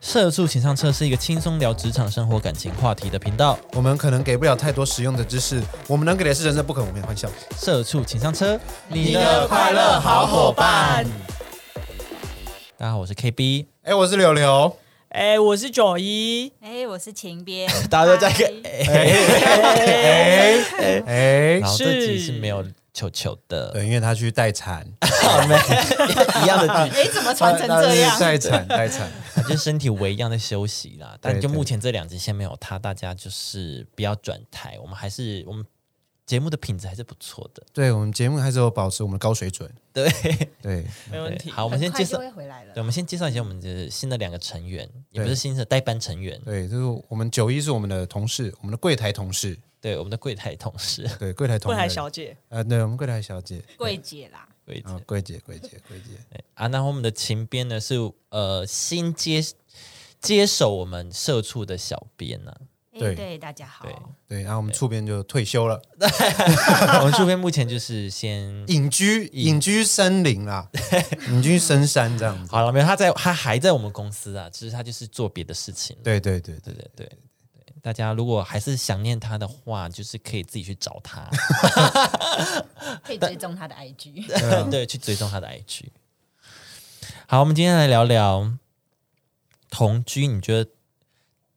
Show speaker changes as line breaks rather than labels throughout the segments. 社畜请上车是一个轻松聊职场、生活、感情话题的频道。
我们可能给不了太多实用的知识，我们能给的是人生不可磨灭的欢笑。
社畜请上车，
你的快乐好伙伴。
大家好，我是 KB。，
哎，我是柳柳，
哎、我是九一，
哎、我是秦边
大家都在跟
嗨
哎哎哎
然，后这集
是
是没有球球的，
对，因为他去待产，
一样的剧，
哎、怎么传成
他
这
他去
样？
待产待产，
他就是身体微恙在休息啦。但
对
就
对
目前这两集先没有他，大家就是不要转台，我们还是我们节目的品质还是不错的。
对我们节目还是有保持我们的高水准，
对，
对，
没问题。
好，我们先介
很快就
绍，
会回来了
对，我。们先介绍一下我们的新的两个成员，也
对
不是新的代班成员，
对，就是我们九一是我们的同事，我们的柜台同事，
对，我们的柜台同事，
对，柜台同
柜
仁
台小姐，
呃，对，我们柜台小姐，
桂姐啦，
对
啊，柜姐柜姐柜姐，
啊，那我们的秦编呢是呃新接接手我们社畜的小编啊呢、
哎、
对
对，大家好
对。
对，然后我们触边就退休了，
我们这边目前就是先
隐
嗯
居隐居森林 啦，隐居深山这样子，
好了，没有他在他还在我们公司啊，只是他就是做别的事情了。
对对对对
对对对对，大家如果还是想念他的话，就是可以自己去找他，
可以追踪她 的 IG。
嗯
对，去追踪他的 IG。好，我们今天来聊聊同居，你觉得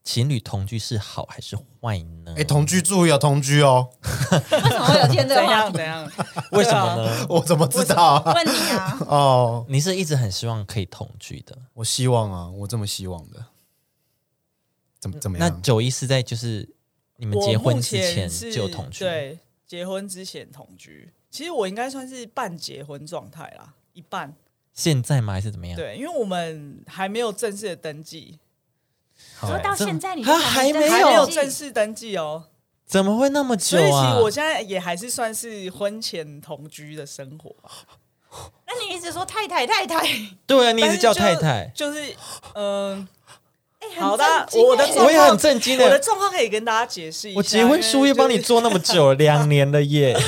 情侣同居是好还是坏呢？
哎，同居注意哦，同居哦，
为什么会有今天这
怎
个话
样
题？
怎样？
为什么 呢？
我怎么知道啊？
问你 啊，
哦，
你是一直很希望可以同居的，
我希望啊，我这么希望的，怎么怎么
那
样？
九一是在就是你们
我
结婚
目
之
前是
就同居，，
对，结婚之前同居。其实我应该算是半结婚状态啦，一半。
现在吗？还是怎么样？
对，因为我们还没有正式的登记，
说 到现在你
这啊没
还
有
没有正式登记哦，
怎么会那么久
所以其
啊
实？我现在也还是算是婚前同居的生活吧。
那你一直说太太太太，
对啊，你一
但
直
是
叫
就
太太，
就是嗯，
哎、很
好的
震惊
我的
哎
状
我也
况
很震惊
我的
的。
状况可以跟大家解释一下。
我结婚书也帮你
因为就是
做那么久了，两年了 耶。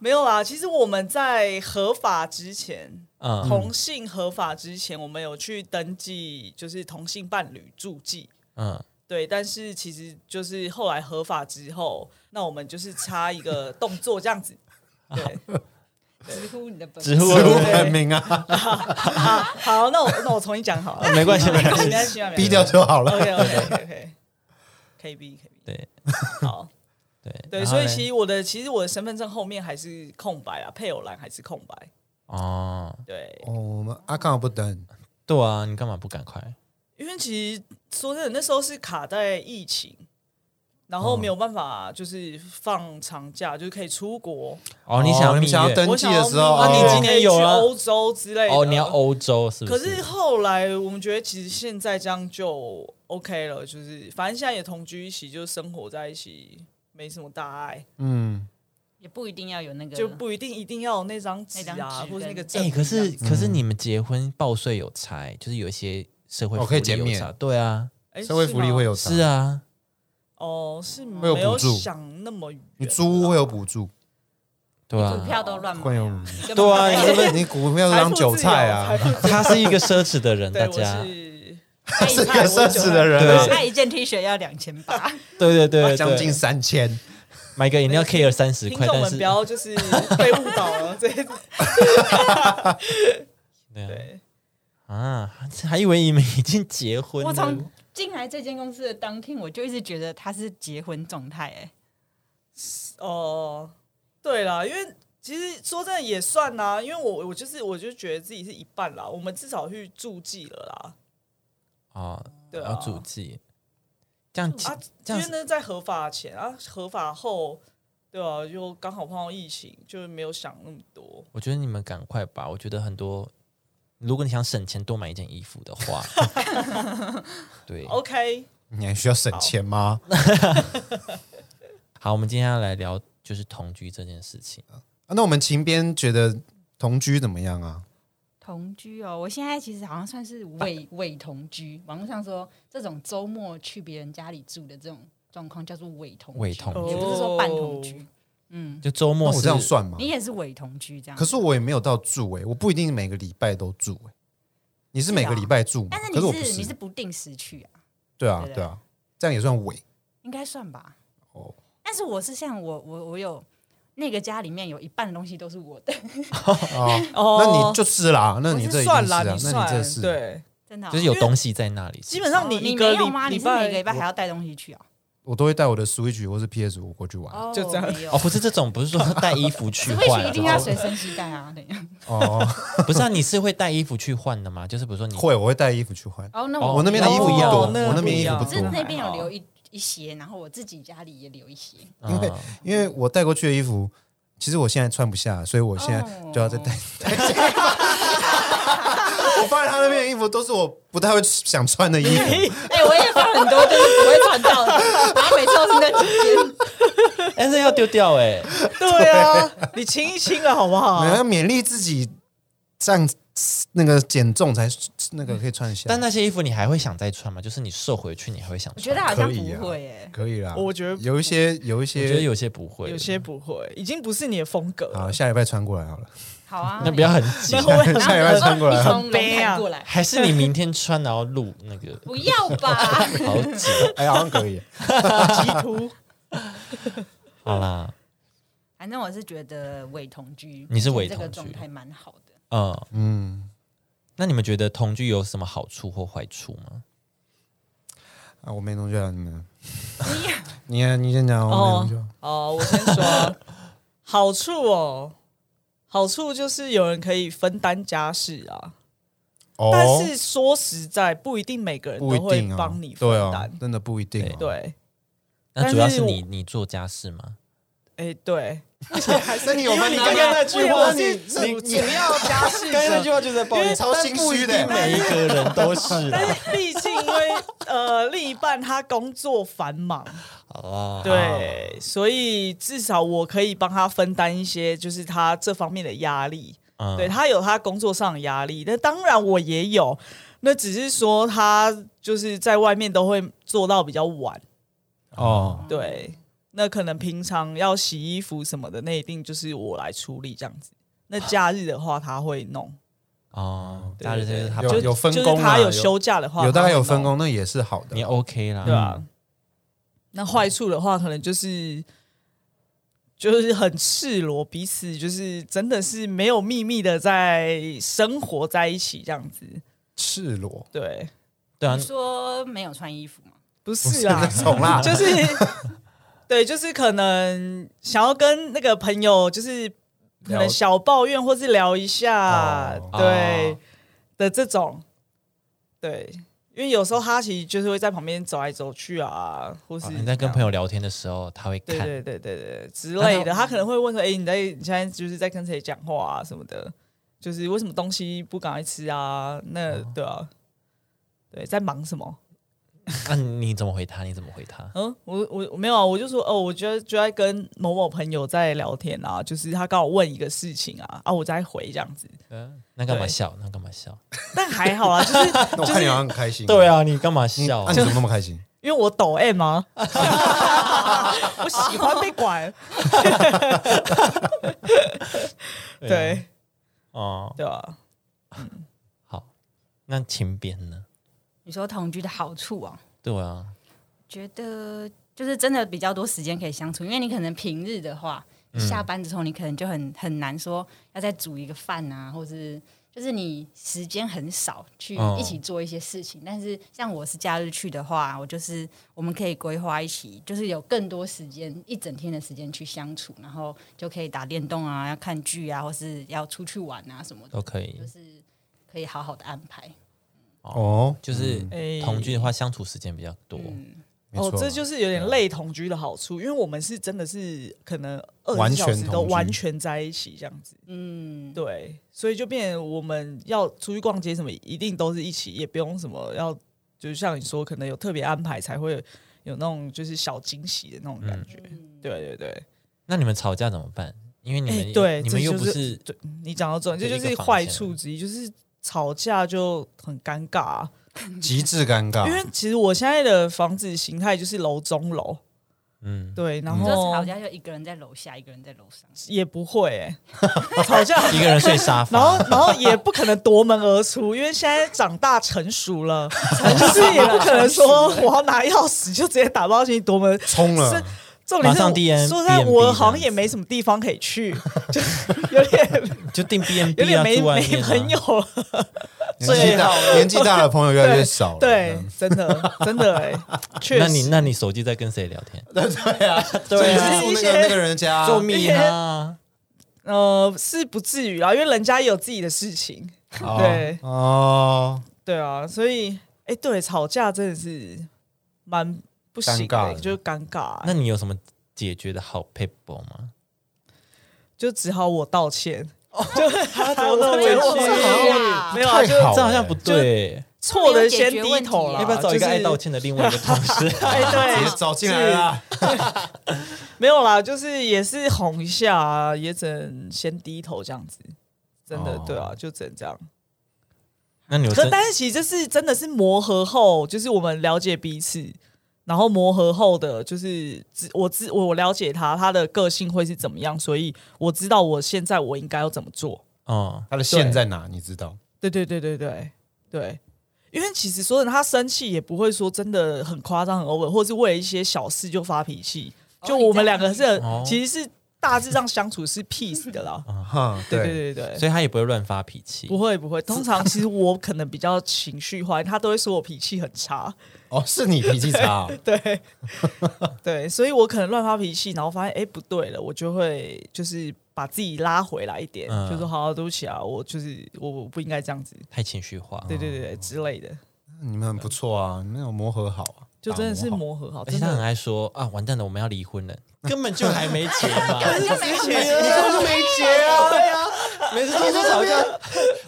没有啦，其实我们在合法之前，
嗯
同性合法之前，我们有去登记，就是同性伴侣住记。
嗯，
对，但是其实就是后来合法之后，那我们就是差一个动作这样子。对，
直呼你的本
直呼
植物
我
本名 啊，
好，那我那我重新讲好了，
没关系没关系
没关系，没关系
低调。就好了。
OK OK OK OK，K B K B，
对
好，
对
对，
然后
所以
嘞
其实我的其实我的身份证后面还是空白啊，配偶栏还是空白。
哦，
对，
哦，我们阿康不等，
对啊，你干嘛不赶快？
因为其实说真的，那时候是卡在疫情，然
哦
后没有办法就是放长假，就是可以出国。
哦，你想要
你们
蜜
想要
月？
登
我
记
想要
的时候，
那
蜜月
你
哦
今天
可以去
有啊
欧洲之类的。
哦，你要。欧洲是不哎
可
是？
是后来我们觉得，其实现在这样就 OK 了，就是反正现在也同居一起，就生活在一起，没什么大碍，
嗯，
也不一定要有那个，
就
啊
不一定一定要有那张纸
那
啊
张，纸
或是那个
跟
证
哎、
明啊。
可是可
嗯
是你们结婚报税有差，欸就是有一些社会
哦
福
可以
利
减
有
免
差对啊，
哎
社会福利
是吗
会有
是
啊，
啊，
哦，是没
有
有
补助
想那么远。啊
你租屋会有补助，
对
股
啊，
票都乱买、
会有
啊，根本
对啊
没
你
有
是不是
你股票当韭菜啊，
财富自由。财富自由
他是一个奢侈的人，大
对，我
家，
是
他
是个 奢侈的人
对
啊，
他一件 T 恤要两千 八，
对对对对，
将近三千，
买个饮料 K 了三十
听
块，
众
但
们
是
不 要就是被误导了，这
对
对
啊啊，还以为你们已经结婚
我
了
从。进来这间公司的当天，我就一直觉得他是结婚状态、哎，
哦，对啦，因为其实说真的也算啦，因为我我就是我就觉得自己是一半啦，我们至少去注记了啦。
哦，
对
要
啊，
主记，这样
啊，
这样
因为
子
那是在合法前啊，合法后，对啊，就刚好碰到疫情，就是没有想那么多。
我觉得你们赶快吧。我觉得很多，如果你想省钱多买一件衣服的 话，对，
OK，
你还需要省钱吗？
好，我们今天要来聊就是同居这件事情。
啊那我们秦边觉得同居怎么样啊？
同居哦，我现在其实好像算是伪伪同居。网络上说这种周末去别人家里住的这种状况叫做伪同居，哦
伪同居
也不是说半
哦
同居。嗯，
就周
那
末
我
是
这样算吗
你？也是伪同居这样。
欸可是我也没有到住诶，我不一定每个礼拜都住诶，欸你是每个礼拜住嘛，
但是
可是我
你
不
是你是不定时去啊，
对啊
对
对啊，这样也算伪
应该算吧。
哦。
但是我是像我我我有那个家里面有一半的东西都是我的，
哦，
哦
那你就是啦，那
我
你
是
这一定
算
是
啦，
啊，
你
那
算
你这是
对，
真的哦、
就是有东西在那里。
基本上
哦
一个
没
礼
有吗？你
礼
是每个礼
拜
拜还要带东西去啊？
我都会带我的 Switch 或是 PS 五过去玩。
哦
就这样
没有
哦，不是这种，不是说带衣服去换
，Switch
啊，
一定要随身携带啊，等一下。
哦，
不是啊？你是会带衣服去换的吗？就是比如说你
会，我会带衣服去换。
哦，那
哦
我
我那边的衣服不多，
哦那
我那边衣服
不
不
我是
多，
那边有
哦
留一一些，然后我自己家里也留一些。
嗯
因为因为我带过去的衣服，其实我现在穿不下，所以我现
哦
在就要再带。 我发现他那边的衣服都是我不太会想穿的衣 服，
哎、我也放很多，就是不会穿到的，然后每次都是那几件。
但是要丢掉哎、
对啊，你清一清了好不好
我？要勉励自己这样那个减重才那个可以穿得下。
但那些衣服你还会想再穿吗？就是你瘦回去，你还会想
我
穿？
觉得好像
可
不
以啊
会哎、
可以啦，
我觉得
有一些有一
我觉得
些
有些不会，
有些不会，已经不是你的风格
好，
了。
下礼拜穿过来好了。
好啊，
那不要很 急，
然后
下礼拜穿过来
你从龙
悲啊
潭过来，
还是你明天穿然后录那个
不要吧？
好紧。
哎，好像可以。
极 图
好啦，
反正我是觉得伪同居，
你是伪
这个
同
状
居
态蛮好的。
嗯，
嗯，
那你们觉得同居有什么好处或坏处吗？
啊，我没同学啊，你呢？你啊你先讲，我
哦
没同学。
哦，我先说啊好处哦，好处就是有人可以分担家事啊。
哦
但是说实在，不一定每个人
不一
都会
定啊，
帮你分
对啊
担。，
真的不一定、啊。
对，
那
但
主要
是
是
我
你你做家事吗？
哎，对，
那你有
因为
分
你
担
刚刚那句话
你
是
你
主要家事
刚才那
者
句话就在抱
因
怨，
为
超心虚的、
但不一定每一个人都是啊啦
但是毕竟因为呃，另一半他工作 繁忙，
哦，
对，
啊
所以至少我可以帮他分担一些，就是他这方面的压力。
嗯
对他有他工作上的压力，那当然我也有，那只是说他就是在外面都会做到比较晚，
哦，
对，那可能平常要洗衣服什么的，那一定就是我来处理这样子。那假日的话，他会弄，
哦，
对
大家就是他
有
就
就
有分
就
工
是
啊
他
有
有休假的话，
有大概有
他会
分
弄
工，那嗯也是好的
你。OK 啦，
对啊。那坏处的话，可能就是就是很赤裸，彼此就是真的是没有秘密的在生活在一起这样子。
赤裸，
对，
对啊
你，说没有穿衣服吗？
不
不是
是
那
啊，
种啦，
就是对，就是可能想要跟那个朋友，就是可
聊
能小抱怨或是聊一下，
哦
对、
哦
的这种，对。因为有时候他其实就是会在旁边走来走去啊，或是、
啊你在跟朋友聊天的时候，他会
对
看，
对对对对之类
那
的，他可能会问说：“哎、你在你现在就是在跟谁讲话啊什么的？就是为什么东西不赶快吃啊？那、
哦
对啊，对，在忙什么？
那你怎么回他？你怎么回他？
嗯，我我我没有啊，我就说哦，我觉得就在跟某某朋友在聊天啊，就是他刚好问一个事情啊，啊，我在回这样子，
嗯，那干嘛
对
笑？那干嘛笑？
但还好啊，就是
那我看你好像很开心。
对，啊，你干嘛
你
笑啊
那你？怎么那么开 心？
因为我抖 M 啊， 我喜欢被管，
啊
对
哦，
对吧、啊？
好，那情边呢？
你说同居的好处啊，
对啊，
觉得就是真的比较多时间可以相处，因为你可能平日的话，
嗯
下班之后你可能就很很难说要再煮一个饭啊，或是就是你时间很少去
哦
一起做一些事情。但是像我是假日去的话，我就是我们可以规划一起，就是有更多时间一整天的时间去相处，然后就可以打电动啊，要看剧啊，或是要出去玩啊什么的，
都可以
就，是可以好好的安排。
哦，
就是
哎
同居的话，相处时间比较多。
嗯，
没
哦
错，，啊
这就是有点类同居的好处，因为我们是真的是可能二
完
十
全
小时都
同居
完全在一起这样子，
嗯，
对，所以就变成我们要出去逛街什么，一定都是一起，也不用什么要，就是像你说，可能有特别安排才会有那种就是小惊喜的那种
嗯
感觉。
嗯
对对对，
那你们吵架怎么办？因为你们
哎对
你们
这
又
就
不
是
是
对你讲到这种，
就
这
一个
就是
房
坏
间
处之一，就是吵架就很尴尬啊、
极致尴尬
啊
因。为其实我现在的房子形态就是楼中楼，
嗯，
对，然
你就
哦
后
吵架就一个人在楼下，一个人在楼上，
也不会、欸、 吵架，
一个人睡沙
然后
发，
然后也不可能夺门而出，因为现在长大成熟 了，就是也不可能说我要拿钥匙就直接打包进去夺门。
冲了
是，重点
马
是
上 D N
说实在，
B&B
我好像也没什么地方可以去，就有点
就订 B N
有
B
点
啊，
没
住外
没
面啊
朋友了。
年纪
最好
大年纪大的朋友越来越少了。嗯
对，真的真的哎、 确实。
那你那你手机在跟谁聊天？
所以
对啊，
是住那个那个人家，
做密啊，
呃是不至于啦，因为人家也有自己的事情。
哦
对
哦，
对啊，所以哎、对，吵架真的是蛮不行
尴尬
的，
的
就是尴尬、哎
那你有什么解决的好 paper 吗？
就只好我道歉。
他
哦怎么那么委屈
啊
没有啊，
太
就
好哎欸
这好像不
啊
对，
错的先低头啦。
要不要找一个爱道
歉？
歉的另外一个同事？
哎，
直接
对，
找进来啊啦。
没有啦，就是也是哄一下啊，也只能先低头这样子。真的
哦，
对啊，就只能这样。
那你有
可
真
但是其实这是真的是磨合后，就是我们了解彼此，然后磨合后的，就是知我知我了解他，他的个性会是怎么样，所以我知道我现在我应该要怎么做。
哦，
他的线在哪？你知道？
对对对对对对，因为其实说真的，他生气也不会说真的很夸张、很 over，或是为了一些小事就发脾气。
哦
就我们两个是很、
哦
其实是大致上相处是 peace 的啦。
啊哈，
啊对对对对。
所以他也不会乱发脾气
不。会不会，通常其实我可能比较情绪化，他都会说我脾气很差，
哦，是你脾气差哦，
对 对，所以我可能乱发脾气，然后发现哎不对了，我就会就是把自己拉回来一点，
嗯
就说好、对不起啊，我就是我我不应该这样子，
太情绪化，
对对对对之类的，
你们很不错啊，你们有磨合好啊，
就真的是
打好
磨合好，哎
而且
真
他很
的。
爱说啊，完蛋了，我们要离婚了， 根本就还没结 嘛，
你根本就没结啊，
每次都说吵架，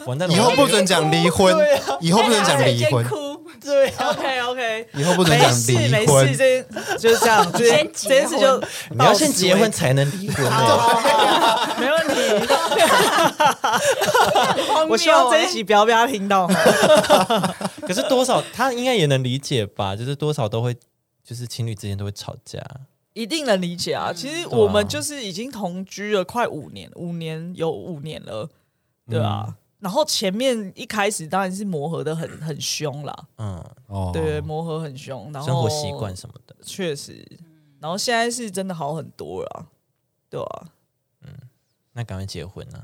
完蛋了，
以后不准讲离婚，
啊
以后不准
哎
哎
讲离婚
先，哭，
对，OK 啊 OK，
以后不准
没
讲
事
离
没
婚
事，。这就是这样，这
先
这件事就
我们你要先结婚才能离 婚欸。
没问题。
荒
我希望
谬欸
这一集不要被他听到。嗯
可是多少他应该也能理解吧？就是多少都会，就是情侣之间都会吵架。
一定能理解啊。其实我们就是已经同居了快五年，五年有五年了，对啊。然后前面一开始当然是磨合的很很凶啦，
嗯，
哦
对，磨合很凶，然后
生活习惯什么的，
确实，然后现在是真的好很多了啊，对啊，
那赶快结婚啊！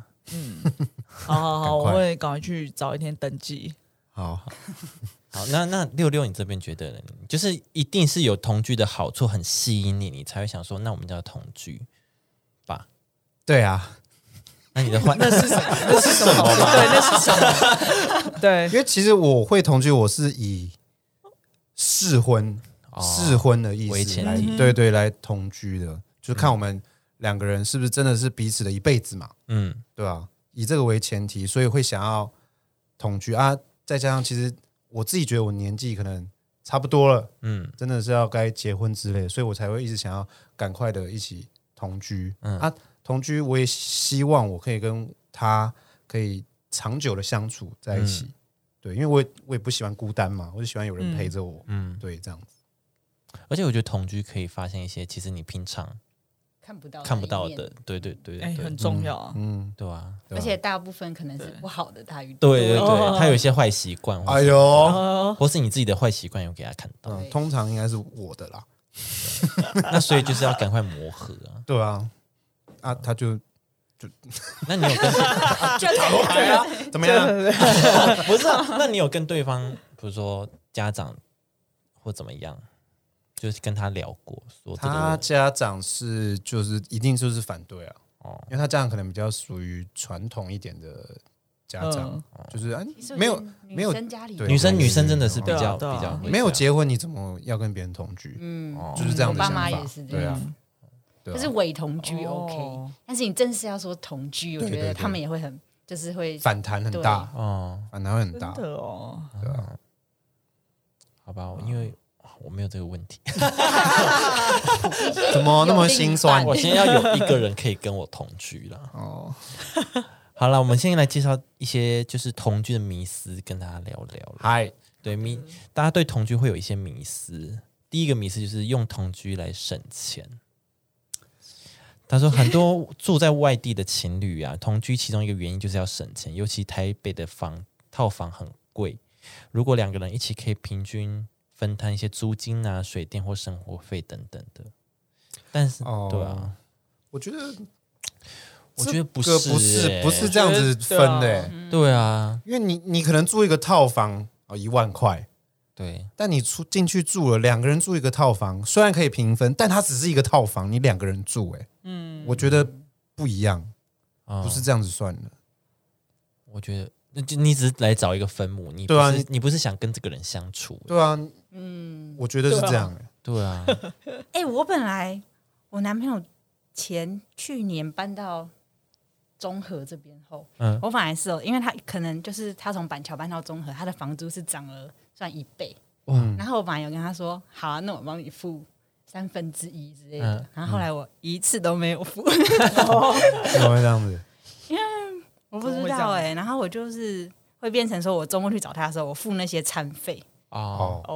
好好好，
赶
我
快
会赶快去早一天登记。
好，
好，那那六六，你这边觉得呢，就是一定是有同居的好处，很吸引你，你才会想说，那我们就要同居吧？
对啊，
那你的 坏，
那是那是什么？对，那是什么？对
因，为其实我会同居，我是以试婚、
哦
试婚的意
为
思
前
来
提，
对对，来同居的，就是看我们两个人是不是真的是彼此的一辈子嘛，
嗯，
对吧、以这个为前提，所以会想要同居啊。再加上，其实我自己觉得我年纪可能差不多了，
嗯，
真的是要该结婚之类的，所以我才会一直想要赶快的一起同居。
嗯
啊，同居我也希望我可以跟他可以长久的相处在一起。
嗯
对，因为我也我也不喜欢孤单嘛，我就喜欢有人陪着我。
嗯
对，这样子
而且我觉得同居可以发现一些其实你平常
看不到
看不到
一面
的，，对对对
哎，
对
很
对，
重要啊。
嗯，
对啊，
对
而
啊
且大部分可能是不好的，他遇到
对对
哦
对，他有一些坏习惯，
哎
或是
呦，
哦，
或是你自己的坏习惯有给他看到，
嗯，通常应该是我的啦。
那所以就是要赶快磨合啊。
对啊，啊，他就
那你有跟
就他
哎呀，怎么样？
啊对对对
不是、啊？那你有跟对方，比如说家长或怎么样，就是跟他聊过说这个
他
问题
家长是就是一定就是反对啊，
哦，
因为他家长可能比较属于传统一点的家长，
嗯
就是啊
其实
没有
我觉得
没有
女生家里
对
女生女生真的是比
对
较、
啊对啊
比较会这样
没有结婚你怎么要跟别人同居？
嗯
哦
就是这样
我
的
爸
想
妈
法
也是，这
对
样
啊，
嗯
对
就
啊
是伪同居
哦
OK，但是你正式要说同居，我
对
觉得
对对
他们也会很就是会
反弹很大，
哦，
反弹会很
真
大，
的哦。
对啊，
好吧，我因为哇我没有这个问题，
怎么那么心酸
有另一
我现在要有一个人可以跟我同居啦。
哦？
好了，我们先来介绍一些就是同居的迷思，跟大家聊聊啦。
嗨，
对迷，大家对同居会有一些迷思。第一个迷思就是用同居来省钱。他说，很 多住在外地的情侣啊，同居其中一个原因就是要省钱，尤其台北的房套房很贵，如果两个人一起可以平均分摊一些租金啊、水电或生活费等等的，但是、
哦
对啊，
我觉得
我觉得不
这个
是、欸，
不是不是这样子分
我
的
觉得对
欸、
啊
对啊，
因为你你可能住一个套房哦一万块，
对，
但你出进去住了两个人住一个套房，虽然可以平分，但它只是一个套房，你两个人住、欸，
嗯，
我觉得不一样，
啊
不是这样子算
嗯
的。
我觉得，那就你只是来找一个分母，你不
对啊
是
你
你不是想跟这个人相处，
对啊，
嗯，
我觉得是这样、欸。
对啊，
哎、我本来我男朋友前去年搬到中和这边后，
嗯
我反而是哦，因为他可能就是他从板桥搬到中和，他的房租是涨了算一倍，
嗯，
然后我本来有跟他说，好、啊，那我帮你付。三分之一之类的，
嗯
然后后来我一次都没有付，
怎么会这样子？
我不
怎么
知
会这样
道哎、然后我就是会变成说，我周末去找他的时候，我付那些餐费，
哦，
哦
哦，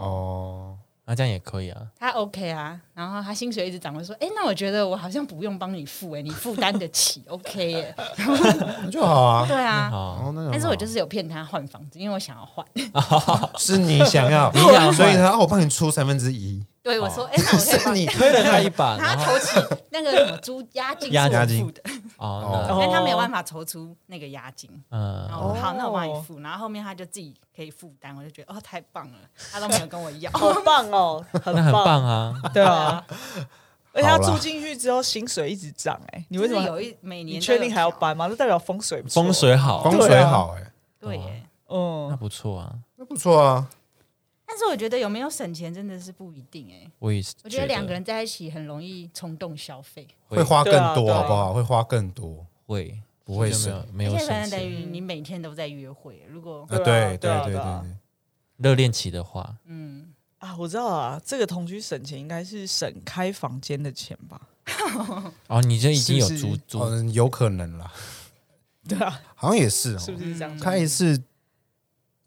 哦，
那这样也可以啊，
他 OK 啊，然后他薪水一直涨，我就说，哎、那我觉得我好像不用帮你付、哎，你负担得起，OK 耶、
那就好啊。
对啊，
好，
哦，那就好
但是我就是有骗他换房子，因为我想要换，
是你想 要，
你想换
所以他哦我帮你出三分之一，
对我说，哎、那我可以
是
换。
你
推了他一把，
他
然后
筹起那个什么租押金是
押
我
金
付的，
哦，
但他没有
哦
办法筹出那个押金。
那
然
嗯，
后我说好，那我帮
哦
你付。然后后面他就自己可以负担，我就觉得哦，太棒了，他都没有跟我要。
好棒哦，很
那很棒啊，
对啊，而且他
好啦
住进去之后薪水一直涨，哎， 你
你
为什么
有一每年
你
都
确定还要
调？
搬吗？那代表风水不错
风，水啊好，
风水好
啊
哎、
对耶，
那
嗯，
不错啊，
那不错啊。
但是我觉得有没有省钱真的是不一定哎。
我也是，
我觉得两个人在一起很容易冲动消费，
会花更
对
多，
啊对啊
好不好？会花更多，
会
不会
没
省
有没
而
有
且可
省
能等
钱，
于你每天都在约会。如果
啊！
对啊
对
对啊
对
对啊
对，
热恋期的话，
嗯，
啊，我知道啊，这个同居省钱应该是省开房间的钱吧？
哦，你这已经有
是是
租租
哦，有可能啦，
对啊，
好像也是哦
是。不是这样
嗯
子？
开一次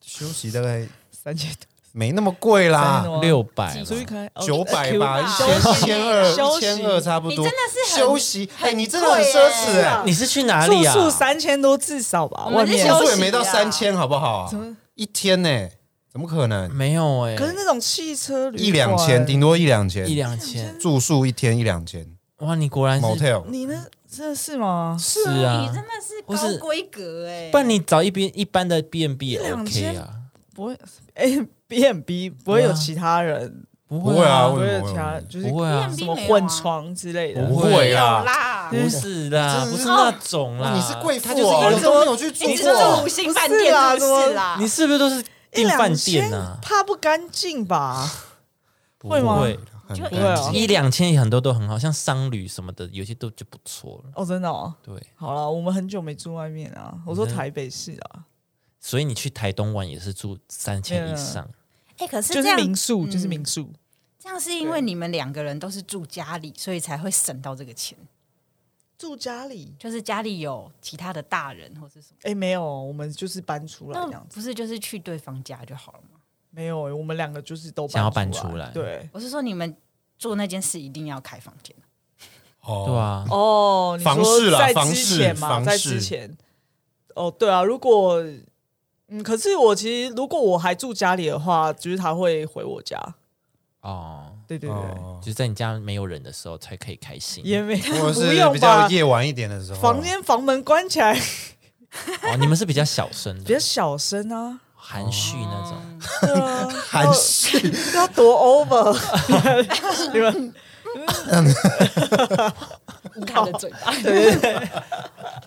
休息大概
三千多
没那么贵啦，
六百嘛，
出去开哦
九百吧，一
休
千
息
一千二，
休
一
息
千二差不
你
多。
真的是很
休息，哎，你真的
贵
很
耶
奢侈
是
哎
啊，
你是去哪
住
里啊？
宿三千多至少吧，
我
外
们是
面
休
住
息
宿也没到
啊
三千，好不好啊？一天呢？怎么可能？
没有哎，
可是那种汽车旅馆
一两
嗯
千，顶多一两
一
千，
两嗯千，
住宿一天一两千
哇，你果然是
，motel
你那真的是吗？
是
你
啊
真，的是
或是
高规格哎。
不然你找一边一般的 B N B 也
一两
OK
千
啊，
不会，哎，B N B 不会有其他人，
不
不会啊
不会
为什
有
么
其他，
会
就是
不会啊
B&B
什么混床之类的
不。
会啊啦。
有啦，
不是啦，
真
不
的
是
是
那种啦，
哇你是贵妇
他就是一
哦，
个
你都没有去住
你是
过
住五，星饭店是啊不是啦？
你是不是都是
啊一
订饭
两
店啊
千
呐？
怕不干净吧？
不
会吗
会
很
就
干
一
对啊
天
一两千很多都很好，像商旅什么的，有些都就不错了。
哦，真的哦。
对，
好了，我们很久没住外面啊。
嗯
我说台北市啊，
所以你去台东玩也是住三千以上，
哎，可是
就
这
是
样
民宿，就是
嗯
民宿。
这样是因为你们两个人都是住家里，所以才会省到这个钱。
住家里？
就是家里有其他的大人或是什么，
哎，没有，我们就是搬出来这
那
样子。
不是就是去对方家就好了吗？
没有欸，我们两个就是都
想要搬出来
来。对，
我是说你们做那件事一定要开房间，
哦
对啊，
哦，你
房
说
事啦
在
房
之
事
前嘛，
房
在
事
之前。哦，对啊，如果嗯，可是我其实如果我还住家里的话，就是他会回我家。
哦，
对对对，
哦
就是在你家没有人的时候才可以开心。
也没
或者
不
是
用
比较
吧。
夜哦晚一点的时候，
房间房门关起来
哦，你们是比较小声
比较
的，
小声啊，
含蓄那种。
对 啊，
含蓄，
要多 over，你 们
捂他的嘴巴，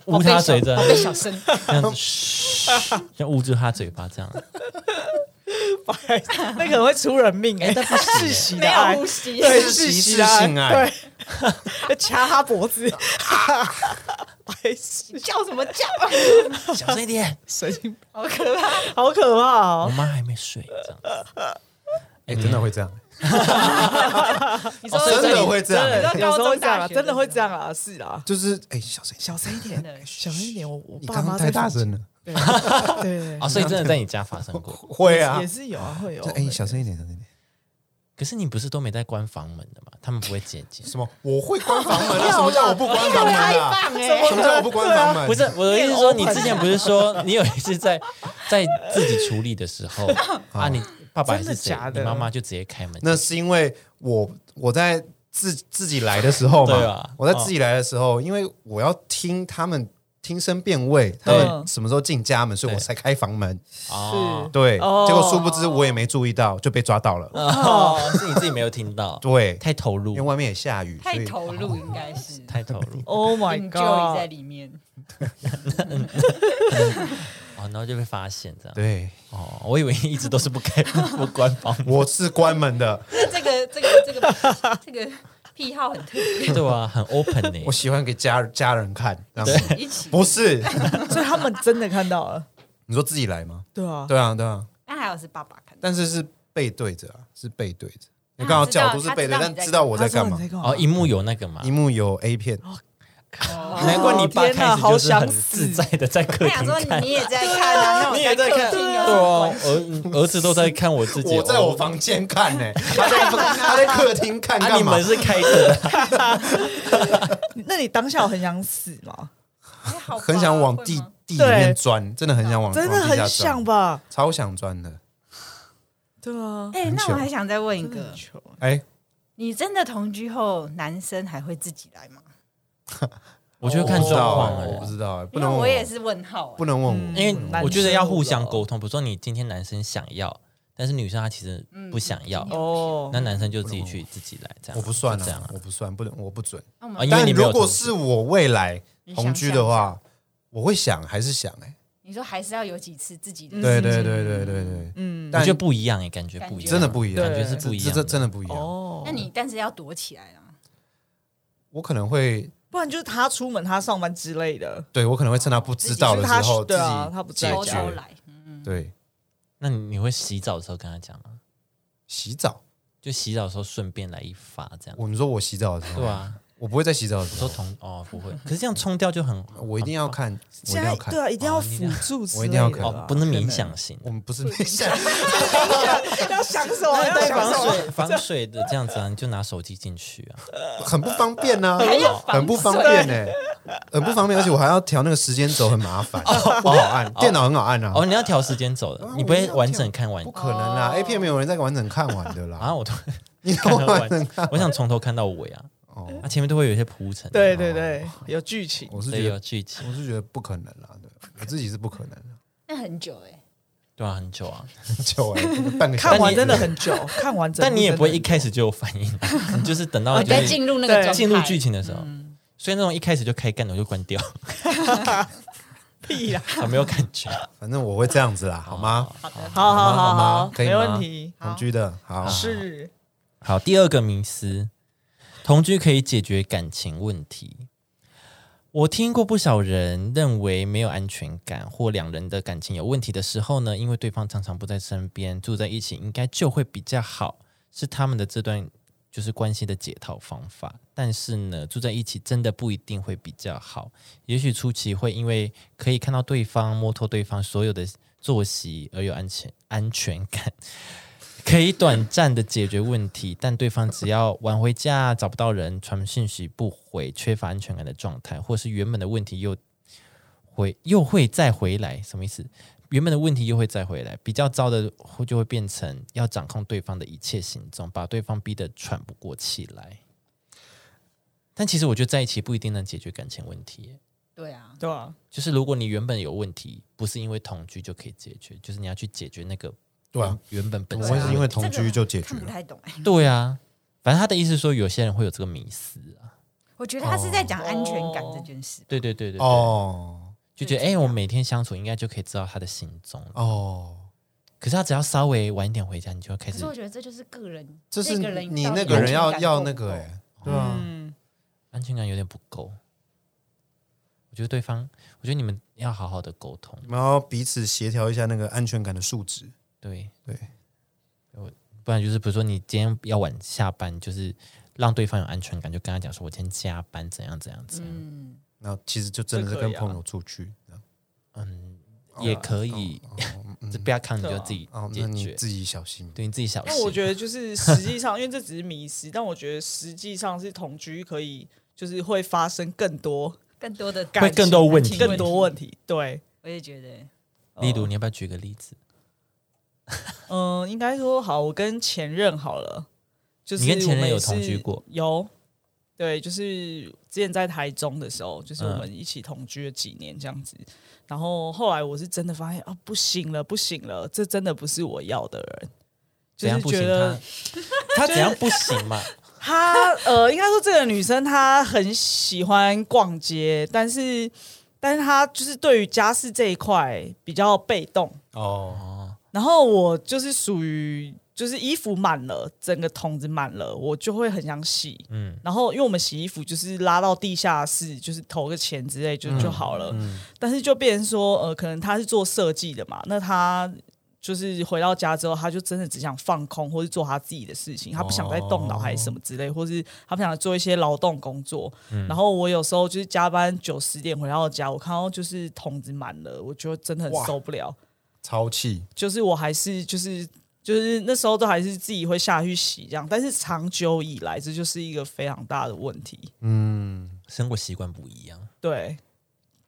捂他嘴这样
被小 声。
这样子，嘘，像捂住他嘴巴这样。
白那可能会出人命哎，窒息的
欸没
爱
有呼，吸，
对，
窒息
窒息
窒
的
性
爱
爱，
对， 掐他脖子，白痴，
叫什么 叫？
小声一点，
神经
好可怕！
好可怕
我
哦！
妈还没睡，这样子。
哎，真的会这样，
你
哦所以
说
真的会这
真
样，
的有时候会这样
高中大
啊，
学
真的会这样啊，是啊，
就是哎，小声一点，
小声一点
真，的
小声一点，我我
你
爸
刚
妈
刚
在
太大
房间，
声了，
对对
哦，所以真的在你家发生过。
会啊
也，是有啊，会有，
哎，小声一点，小声一点，
可是你不是都没在关房门的吗？他们不会借鉴。
什么？我会关房门啊？什么叫我不关房门啊？
哎
什么叫我不关房门？
不是我的意思是说，你之前不是说你有一次在在自己处理的时候啊，你爸爸还是
真的
谁
假？的
你妈妈就直接开门。
那是因为我我在自自己来的时候嘛，
对啊
我在自己来的时候，因为我要听他们听声辨位，他们什么时候进家门，所以我才开房门。
哦
对，
哦
结果殊不知我也没注意到，就被抓到了。
哦， 是你自己没有听到，
对，
太投
因为
入，
外面也下雨，所
太
以
投入应该是
太投 入
Oh my
enjoy 在
god！
里面。
哦，然后就被发现这样。
对，
哦，我以为一直都是不开不关 房门，
我是关门的，
这个这个这个这个癖好很特别，
对啊，很 open 呢、
我喜欢给家家人看，这样子
一起。
不是？
所以他们真的看到了，
你说自己来吗？
对啊，
对啊，对啊，
那还有是爸爸看到，
但是是背对着啊，是背对着。
他
你刚好
知道
角度是
他
背
知
对，
道
但
你在
知道我在
他知道
干嘛
你。在干嘛
哦，荧幕有那个嘛
啊一，幕有 A 片，
哦难怪你爸
哦天
开
哪
始就是
好
很
想死
自在的在客
他想
厅
说
看，
你也在看啊，那我
你也在
客
看，
厅
对
有什么
啊
关，系？
儿儿子都在看我自己，
我在我
哦
房间看呢、 他 在他在客厅看
啊，
干
你
嘛？
们是开着的，
那你当下有很想死吗？
哎好吧
很想往
会
啊
地
吗
地里面钻，真的很想往
真的
往地
很
哦下钻，
想吧？
超想钻的。
对啊，
哎，那
糗
我还想再问一
真的
个
很，糗
哎、
你真的同居后，男生还会自己来吗？
我觉得看
不知
状
道
况
哎我
而
不
已。
知道哎、不
因为
能问
我也是问号哎，
不能问我，
嗯
因
嗯
为
男
我觉得
生
要
我不
互
知道
相沟通，比如说你今天男生想要，但是女生她其实不想要，
哦
那，男生就自己去自己来这样。
嗯我不算
就这样
啊
啊，
我不算，不能，我不准。
那
啊
我们
因为
但
你没有
如果
同居
是我未来
你想
同居的话，我会想，还是想哎、
你说还是要有几次自己的
嗯对对对对对对，
嗯，
我
但
觉得不一样哎，感觉
感
不一
觉
样，
真的不一样，
感觉是
对
不一
这
样
这
的。
真的不一样。
哦，
那你但是要躲起来啊，
我可能会，
不然就是他出门，他上班之类的，
对我可能会趁他不知道的时候
自己对啊他不
自己
在
解
偷
家
偷
决。
来。嗯
嗯
对，
那你你会洗澡的时候跟他讲吗？
洗澡，
就洗澡的时候顺便来一发这样。
我你说我洗澡的时候，
对，啊，
我不会在洗澡的
我
时
说
候，
同 哦不会，可是这样冲掉就很，
我一定要看，我一定
现
要
在
看
对。啊，一定要
哦你
辅
这样
助之
我一
类
定要
的啊
看
啦，
哦不能
可
冥想型
我，们不是没想，
要想 什么？要
带
想
防
什么？
水防水的这样子啊，你就拿手机进去啊。
很不方便呐、
还有防
很不方便呢、欸很不方便，而且我还要调那个时间轴，很麻烦，不好按，电脑很好按啊，
哦哦，你要调时间走的，你不会完整看完
不可能啦、a 片没有人再完整看完的啦，
啊？我都
你
看
懂
到
吗？
完，我想从头看到尾啊。
哦
它前面都会有一些铺陈，
对对对，有剧情。
我是
所
觉
以有
得，
剧情，
我是觉得不可能啦，对，我自己是不可能 的，
那很久哎，
对啊，很久啊。
就哎、半个小时
看完真的很久，看完整部
但你也不会一
真的
开始就有反应，啊你就是等到
啊
我
就
哦在
是
进入那个状态
进入剧，情的时候，所以那种一开始就开干的我就关掉，
很屁啦。
啊没有感觉。
反正我会这样子啦，好吗？
好的，
好
好
好
吗
好
好
好
吗，可以
没
吗
问题。
好
同居的，好，
是
好，第二个迷思，同居可以解决感情问题。我听过不少人认为没有安全感或两人的感情有问题的时候呢，因为对方常常不在身边，住在一起应该就会比较好，是他们的这段就是关系的解套方法。但是呢，住在一起真的不一定会比较好，也许初期会因为可以看到对方、摸透对方所有的作息而有安全安全感，可以短暂的解决问题，但对方只要晚回家、找不到人、传讯息不回、缺乏安全感的状态，或是原本的问题又回又会再回来，什么意思？原本的问题又会再回来，比较糟的会就会变成要掌控对方的一切行踪，把对方逼得喘不过气来。但其实我觉得在一起不一定能解决感情问题耶、
对啊，
对吧？
就是如果你原本有问题，不是因为同居就可以解决，就是你要去解决那个
对啊，
原本本
我
身
会
的
是因为同居就解决
看不
了，
太懂哎，
对啊，反正他的意思是说，有些人会有这个迷思啊。
我觉得他是在讲安全感
哦
这件事。
对对对对对，
哦
就觉得哎、诶我每天相处应该就可以知道他的行踪了。
哦，
可是他只要稍微晚一点回家，你就会开
可
始
是我觉得这就是个人，
这是
那个人
你
到底
那个人
安
要
全感
要
够
那
不
个
够
哎、对啊，
嗯，
安全感有点不够。我觉得对方，我觉得你们要好好的沟通。
然后彼此协调一下那个安全感的数值，
对
对，
我不然就是比如说你今天要晚下班，就是让对方有安全感，就跟他讲说我今天加班怎样怎样怎样，
嗯，啊
那其实就真的是
这可
跟
以啊
朋友出去，
也可以。
哦
这不要扛你就自己
哦，
解
那你
决，
自己小心。
对你自己小
但
心。
我觉得就是实际上，因为这只是迷失，但我觉得实际上是同居可以，就是会发生更多
更多的
感
会更多问题
情
更多问题。对，
我也觉得
例
哦
如，你要不要举个例子？
嗯、应该说好，我跟前任好了，就是
你跟前任
我们也
有同居
是
过？
有，对，就是之前在台中的时候，就是我
嗯
们一起同居了几年这样子。然后后来我是真的发现啊，不行了，不行了，这真的不是我要的人，就
怎样
是
不行？
觉得
他他怎样不行 嘛？
她呃，应该说这个女生她很喜欢逛街，但是但是她就是对于家事这一块比较被动。
哦，
然后我就是属于就是衣服满了，整个桶子满了，我就会很想洗。
嗯
然后因为我们洗衣服就是拉到地下室，就是投个钱之类就、就好了。但是就变成说，呃，可能他是做设计的嘛，那他。就是回到家之后，他就真的只想放空，或是做他自己的事情，他不想再动脑还是什么之类，或是他不想做一些劳动工作。然后我有时候就是加班九十点回到家，我看到就是桶子满了，我就真的很
哇
受不了。
超气，
就是我还是就是就是那时候都还是自己会下去洗这样，但是长久以来这就是一个非常大的问题，
嗯，
生活习惯不一样。
对，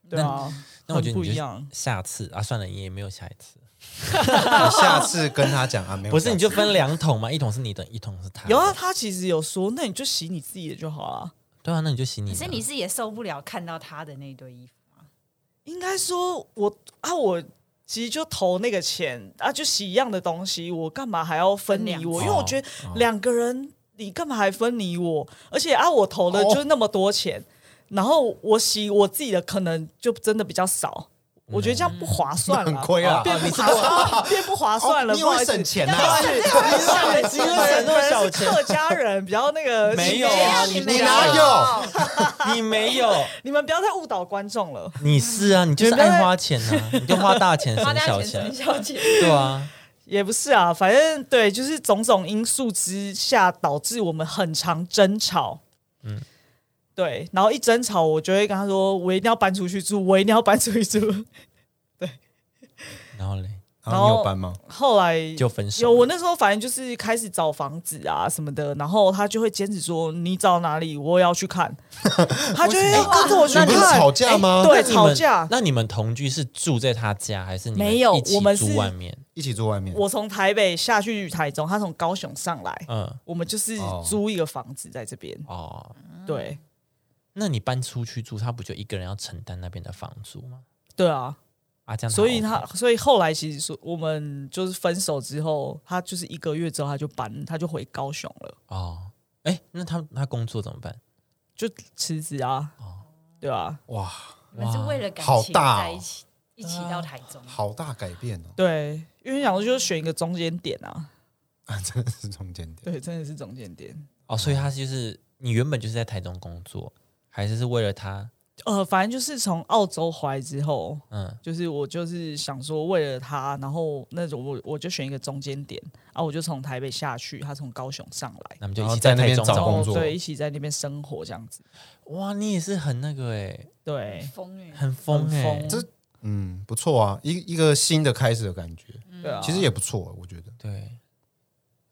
对啊，
那我觉得
很不
你
一
就
样。
下次啊，算了，你也没有下一次。
你下次跟他讲啊，没有，
不是，你就分两桶 嘛，一桶是你的，一桶是他的。
有啊，他其实有说，那你就洗你自己的就好了。
对啊，那你就洗你
可
的。
是你是也受不了看到他的那一堆衣服吗？
应该说我啊，我其实就投那个钱啊，就洗一样的东西，我干嘛还要分离
分两
我？
次
因为我觉
哦
得两个人，你干嘛还分离我？而且啊，我投的就是那么多钱，然后我洗我自己的可能就真的比较少。我觉得这样不划算了，
那很亏啊
变不 划算，变不划算了。
哦你
不好
会
意思
省钱
但
呐
是
省 钱省那
啊
么少钱
客家人比较那个
没有啊
没
你
没
哦你哪有？
你没有，
你们不要再误导观众了。
你是啊，你就是爱花钱 啊，你就花大钱
花
省
大
小
钱
钱，
省小钱，
对啊，
也不是啊，反正对，就是种种因素之下，导致我们很常争吵。嗯
嗯，
对，然后一争吵，我就会跟他说：“我一定要搬出去住，我一定要搬出去住。
然后嘞
然啊后你有搬吗？”
后来
就分手。
有我那时候，反正就是开始找房子啊什么的，然后他就会坚持说：“你找哪里，我也要去看。” 他就会要跟着我去
你哎
看。
们是吵架吗？
对
那你们
吵架
那你们同居是住在他家，还是你
没有
一起
我们是
住外面？
一起住外面，
我从台北下去台中，他从高雄上来，
嗯，
我们就是
哦
租一个房子在这边。
哦，
对
那你搬出去住，他不就一个人要承担那边的房租吗？
对啊，
啊，这样 OK，
所以他，所以后来其实说，我们就是分手之后，他就是一个月之后他就搬，他就回高雄了，
哦，哎，那他他工作怎么办？
就辞职啊，对啊，
哇，
你们是为了感
好
情
大哦
在一起，一起到台中。
好大改变哦，
对，因为想说就是选一个中间点啊，
啊，真的是中间点，
对，真的是中间点。
哦，所以他就是你原本就是在台中工作，还是是为了他？
呃，反正就是从澳洲回来之后，
嗯，
就是我就是想说为了他，然后那种我我就选一个中间点啊，我就从台北下去，他从高雄上来，
那么就
然
一
后
起
在那
台
边
中
找
工
工
作。
作
对，一起在那边生活这样子，
哇，你也是很那个哎，
对，
疯哎，
很疯
很
哎
疯，
这嗯，不错啊，一一个新的开始的感觉，
嗯
对啊，
其实也不错，我觉得。
对，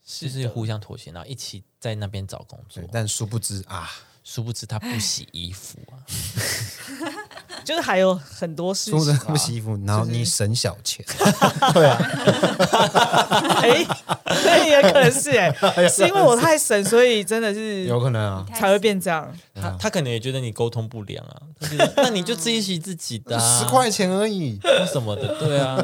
是
就是
的
互相妥协，然后一起在那边找工作
对，。但殊不知啊，
殊不知他不洗衣服啊，
就是还有很多事情
说真的
啊，
不洗衣服，然后
就是
你省小钱，
哎、那也可能是 哎、是因为我太神，所以真的是
有可能 啊，
才会变这样。
他他可能也觉得你沟通不良啊，他觉得那你就自己洗自己的、啊，
十块钱而已，
或什么的，对啊，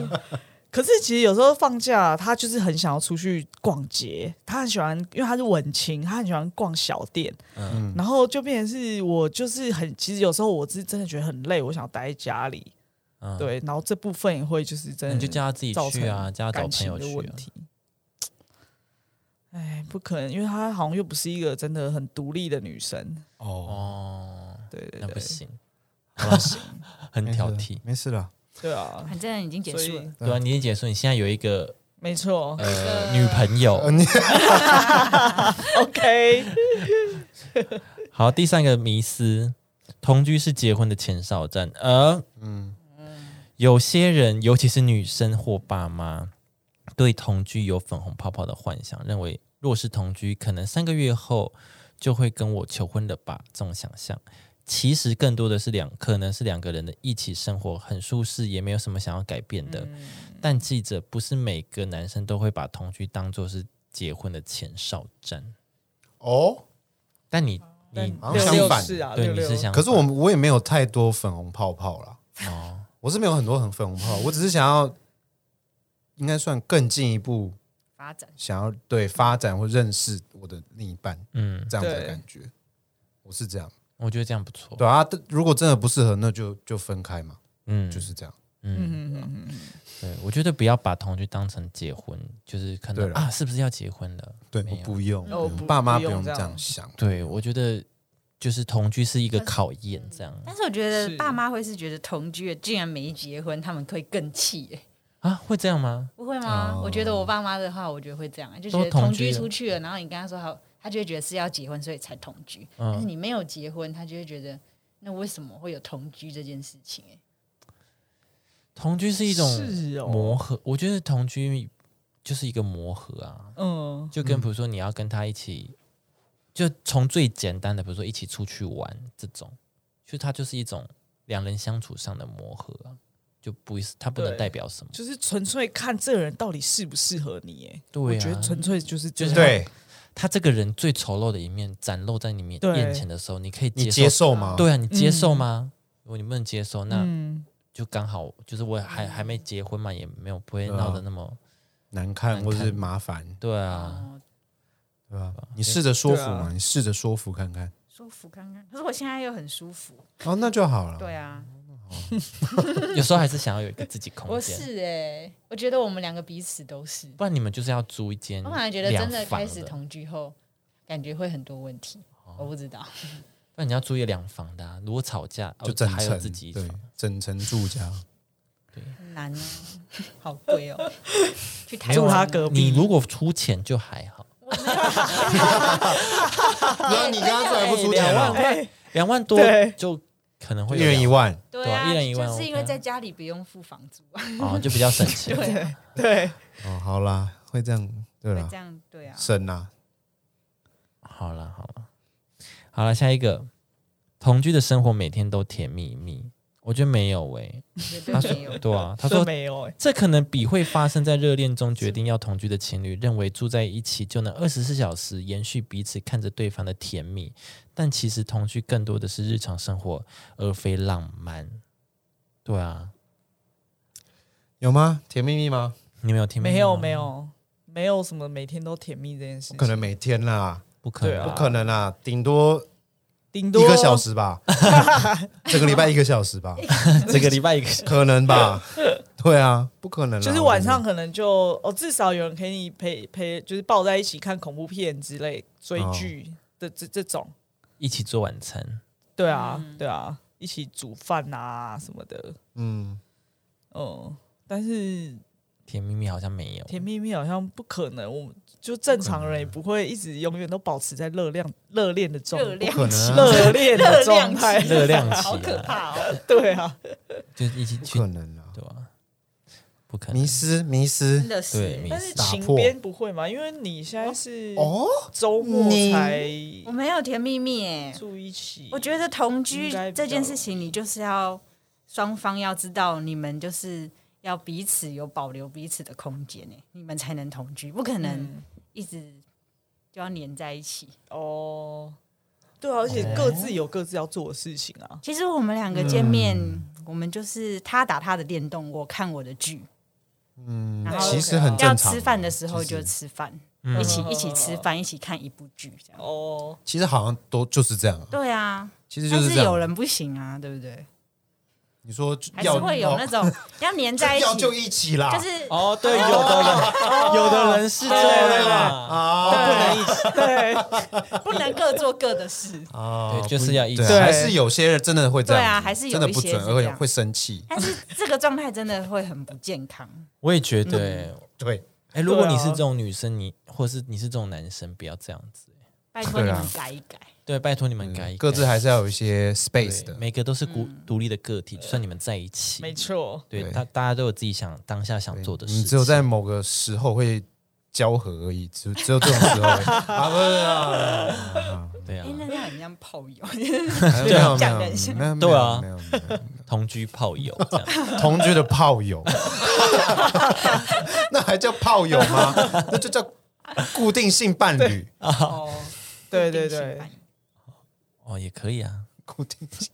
可是其实有时候放假，他就是很想要出去逛街，他很喜欢，因为他是文青，他很喜欢逛小店，
嗯
然后就变成是我就是很，其实有时候我是真的觉得很累，我想待在家里，
嗯，
对，然后这部分也会就是
那
真的
嗯你就叫他自己
造
去啊，
成
叫他找
感
朋
情
友
的
去、
问
啊，
题。哎，不可能，因为她好像又不是一个真的很独立的女生，
哦，
哦，
对对
那
对，
不行，
不 行，
很
没事
挑
了
剔，
没事了，
对啊，
反正已经结束
所以
了，
对啊，你也解说你现在有一个
没错
呃女朋友，
，OK，
好，第三个迷思，同居是结婚的前哨站，呃，嗯，有些人，尤其是女生或爸妈，对同居有粉红泡泡的幻想，认为若是同居，可能三个月后就会跟我求婚了吧？这种想象，其实更多的是两，可能是两个人的一起生活很舒适，也没有什么想要改变的。但记着，不是每个男生都会把同居当做是结婚的前哨战。
哦，
但你
哦但
你
好像
六
相
六
反
是啊，
对
六
你
六
是想，
可是我们我也没有太多粉红泡泡啦。
哦，
我是没有很多很粉红泡，我只是想要，应该算更进一步，
发展。
想要对发展或认识我的另一半
嗯，
这样子的
对
感觉。我是这样，
我觉得这样不错。
对啊，但如果真的不适合，那就就分开嘛，
嗯，
就是这样。
嗯，
嗯嗯嗯嗯，
对，我觉得不要把同居当成结婚，就是可
对
能
了
啊，是不是要结婚了？
对，
没
我
有
不用，
哦
对
不
爸妈
不
不用
用
这
这样
样想。
对，我觉得就是同居是一
嗯
个考验，这样
但是我觉得
是
爸妈会是觉得同居的，竟然没结婚，他们会更气、欸，
啊，会这样吗？
不会吗？
哦
我觉得我爸妈的话，我觉得会这样，就
都
觉得
同
同
居
居
了
出去了，然后你跟他说好，他就会觉得是要结婚，所以才同居。但是
嗯，
你没有结婚，他就会觉得那为什么会有同居这件事情、欸？
同居是一种
是哦
磨合，我觉得同居就是一个磨合啊，
嗯
就跟比如说你要跟他一起，就从最简单的，比如说一起出去玩这种，就它就是一种两人相处上的磨合啊，就不是它不能
对
代表什么，
就是纯粹看这个人到底适不适合你，哎，
对
我觉
啊
得，纯粹就是就
就是
对
他这个人最丑陋的一面展露在你面
对
眼前的时候，你可以
你
接
接
受，
受吗？
对啊，你接受吗？如果你不能接受，那
嗯，
就刚好就是我还还没结婚嘛，也没有不会
对啊
闹得那么
难看
难
或
看
是麻烦，
对啊，
哦，
对吧？你试着说服
对
嘛，
啊
你试着说服看看。
舒服看看。可是我现在又很舒服，
哦，那就好了。
对啊，
有时候还是想要有一个自己空
我
间，
是哎、我觉得我们两个彼此都是。
不然你们就是要租一间
我
两
反
房
而
的，哦
觉得真的开始同居后，感觉会很多问题，我不知道。
不然你要租一个两房的啊，如果吵架
就
哦
整
还有
层
自己一
对
房，
整层住家。
很难哦， 好贵哦。去台
住
湾
他隔
你
壁，
如果出钱就还好，
那你刚刚出来不出
两
钱
万
啊？
哎
块，两万多
对
就可能会
一人一
万
万，
对
对啊
啊，
一人一万
就是因为
OK 啊
在家里不用付房租啊，
啊，就比较省钱。
对啊，
对，
哦，好啦，会这样，对
会
啦
这，样对啊。
省啦。
好了，好了，好了，下一个，同居的生活每天都甜蜜蜜，我觉得没有诶、
绝对没有。
对啊，他
这
说
没有，哎，
这可能比会发生在热恋中决定要同居的情侣认为住在一起就能二十四小时延续彼此看着对方的甜蜜，但其实同居更多的是日常生活，而非浪漫。对啊，
有吗？甜蜜蜜吗？
你没有听
没有
吗
没，有没有什么每天都甜蜜这件事情，
不可能每天啦，
不可能，
对啊
不可能啦，顶多
顶多
一个小，时 吧，这个礼拜一个小时吧，
这个礼拜一个小时
可能吧？对啊，不可能啦。
就是晚上可能就哦，至少有人可以陪陪，就是抱在一起看恐怖片之类、追
哦
剧的这这种，
一起做晚餐，
对啊对啊，一起煮饭啊什么的，
嗯，
嗯，但是
甜蜜蜜好像没有，
甜蜜蜜好像不可能，我们就正常人也不会一直永远都保持在热量热恋的状
热量
不可能啊，
热恋的
热
状
量
态，
期
热量期
好可
啊，
怕哦！
对啊，
就是一起
不
去
可能啦，
对啊，不可能
迷。失迷
真
失
对
的是
没，
但是
打
情
破
边不会嘛？因为你现在是
哦，
周末才
我没有甜蜜蜜哎。
住一起，
我觉得同居
应该比较
这件事情，你就是要双方要知道，你们就是要彼此有保留彼此的空间哎，你们才能同居，不可能
嗯
一直就要黏在一起。
哦，对啊，而且各自有各自要做的事情啊，
其实我们两个见面，
嗯
我们就是他打他的电动，我看我的剧，
嗯
然，后
其实很
要
正常。嗯
吃饭的时候就吃饭，一起
嗯
一起吃饭，一起看一部剧这样。
哦，
其实好像都就是这样啊，
对啊，
其实就
但
这
是有
样。
人不行啊，对不对？
你说
还是
要哦
会有那 种要黏在一
要
起，
就
就
一起啦，
是
哦，对，有的
哦
人，有的人是这样嘛，
啊
不能一起。
对，
不能各做各的事。
啊
对就是要一起
对还是有些人真的会这样子，
对啊还是有
真的不
一些
准，
是这
会
样
会生气。
但是这个状态真的会很不健康。
我也觉得欸，
对，啊
哎，如果你是这种女生，你或是你是这种男生，不要这样子。
拜托你们改一改，
对，拜托你们改一改，
嗯各自还是要有一些 space
对
的。
每个都是独独立的个体，就算你们在一起，
没错，
对
对
他大家都有自己想当下想
对
做的事情，
你只有在某个时候会交合而已，只只有这种 时候而已啊，不是啊，
对啊
哎，，那这样很像炮友，
没有没
讲
有
人生
没有，
对啊
没有没有没有
同居炮友这样，
同居的炮友， 那还叫炮友吗？那就叫固定性伴侣，
哦，
对对
一定
对
性伴侣
哦，也可以啊，
固定性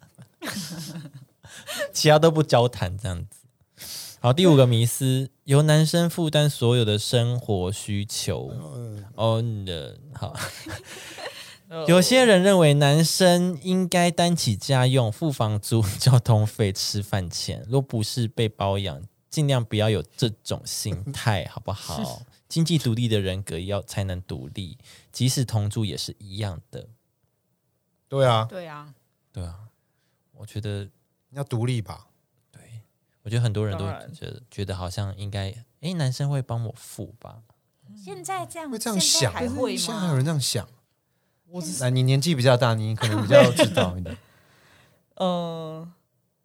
其他都不交谈这样子。好，第五个迷思，由男生负担所有的生活需求。
嗯
哦，你的好，
呃
有些人认为男生应该担起家用、付房租、交通费、吃饭钱，若不是被包养，尽量不要有这种心态，好不 好？经济独立的人格要才能独立，即使同住也是一样的。
对啊，
对啊，
对啊，我觉得，
要独立吧？
对，我觉得很多人都
当然
觉得觉得好像应该，诶，男生会帮我付吧？
现在这样
会这样
现在
想，
还会
现在还有
吗？
人这样想？
我只
那你年纪比较大，你可能比较知道一点。
嗯，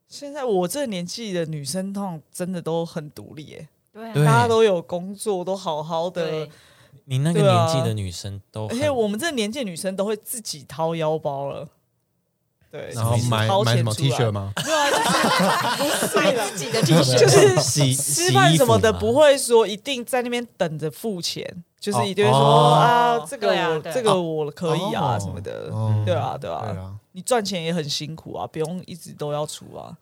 现在我这个年纪的女生，通常真的都很独立、耶，
对啊
对
大家都有工作，都好好的
对，，
你那个
对啊
年纪的女生都
而
很，
且我们这个年纪的女生都会自己掏腰包了。对，
然后买
掏
买
钱
什么
出来
T 恤？吗？
对啊，
买自己的 T
就
恤，
是
洗
吃饭什么的不
会，
会说一定在那边等着付钱，就是一定会说、
哦
啊，这个
对啊
我、
对啊
这个我可以啊、
哦
什么的。
哦
对啊，对啊，
对啊，
你赚钱也很辛苦啊，不用一直都要出啊，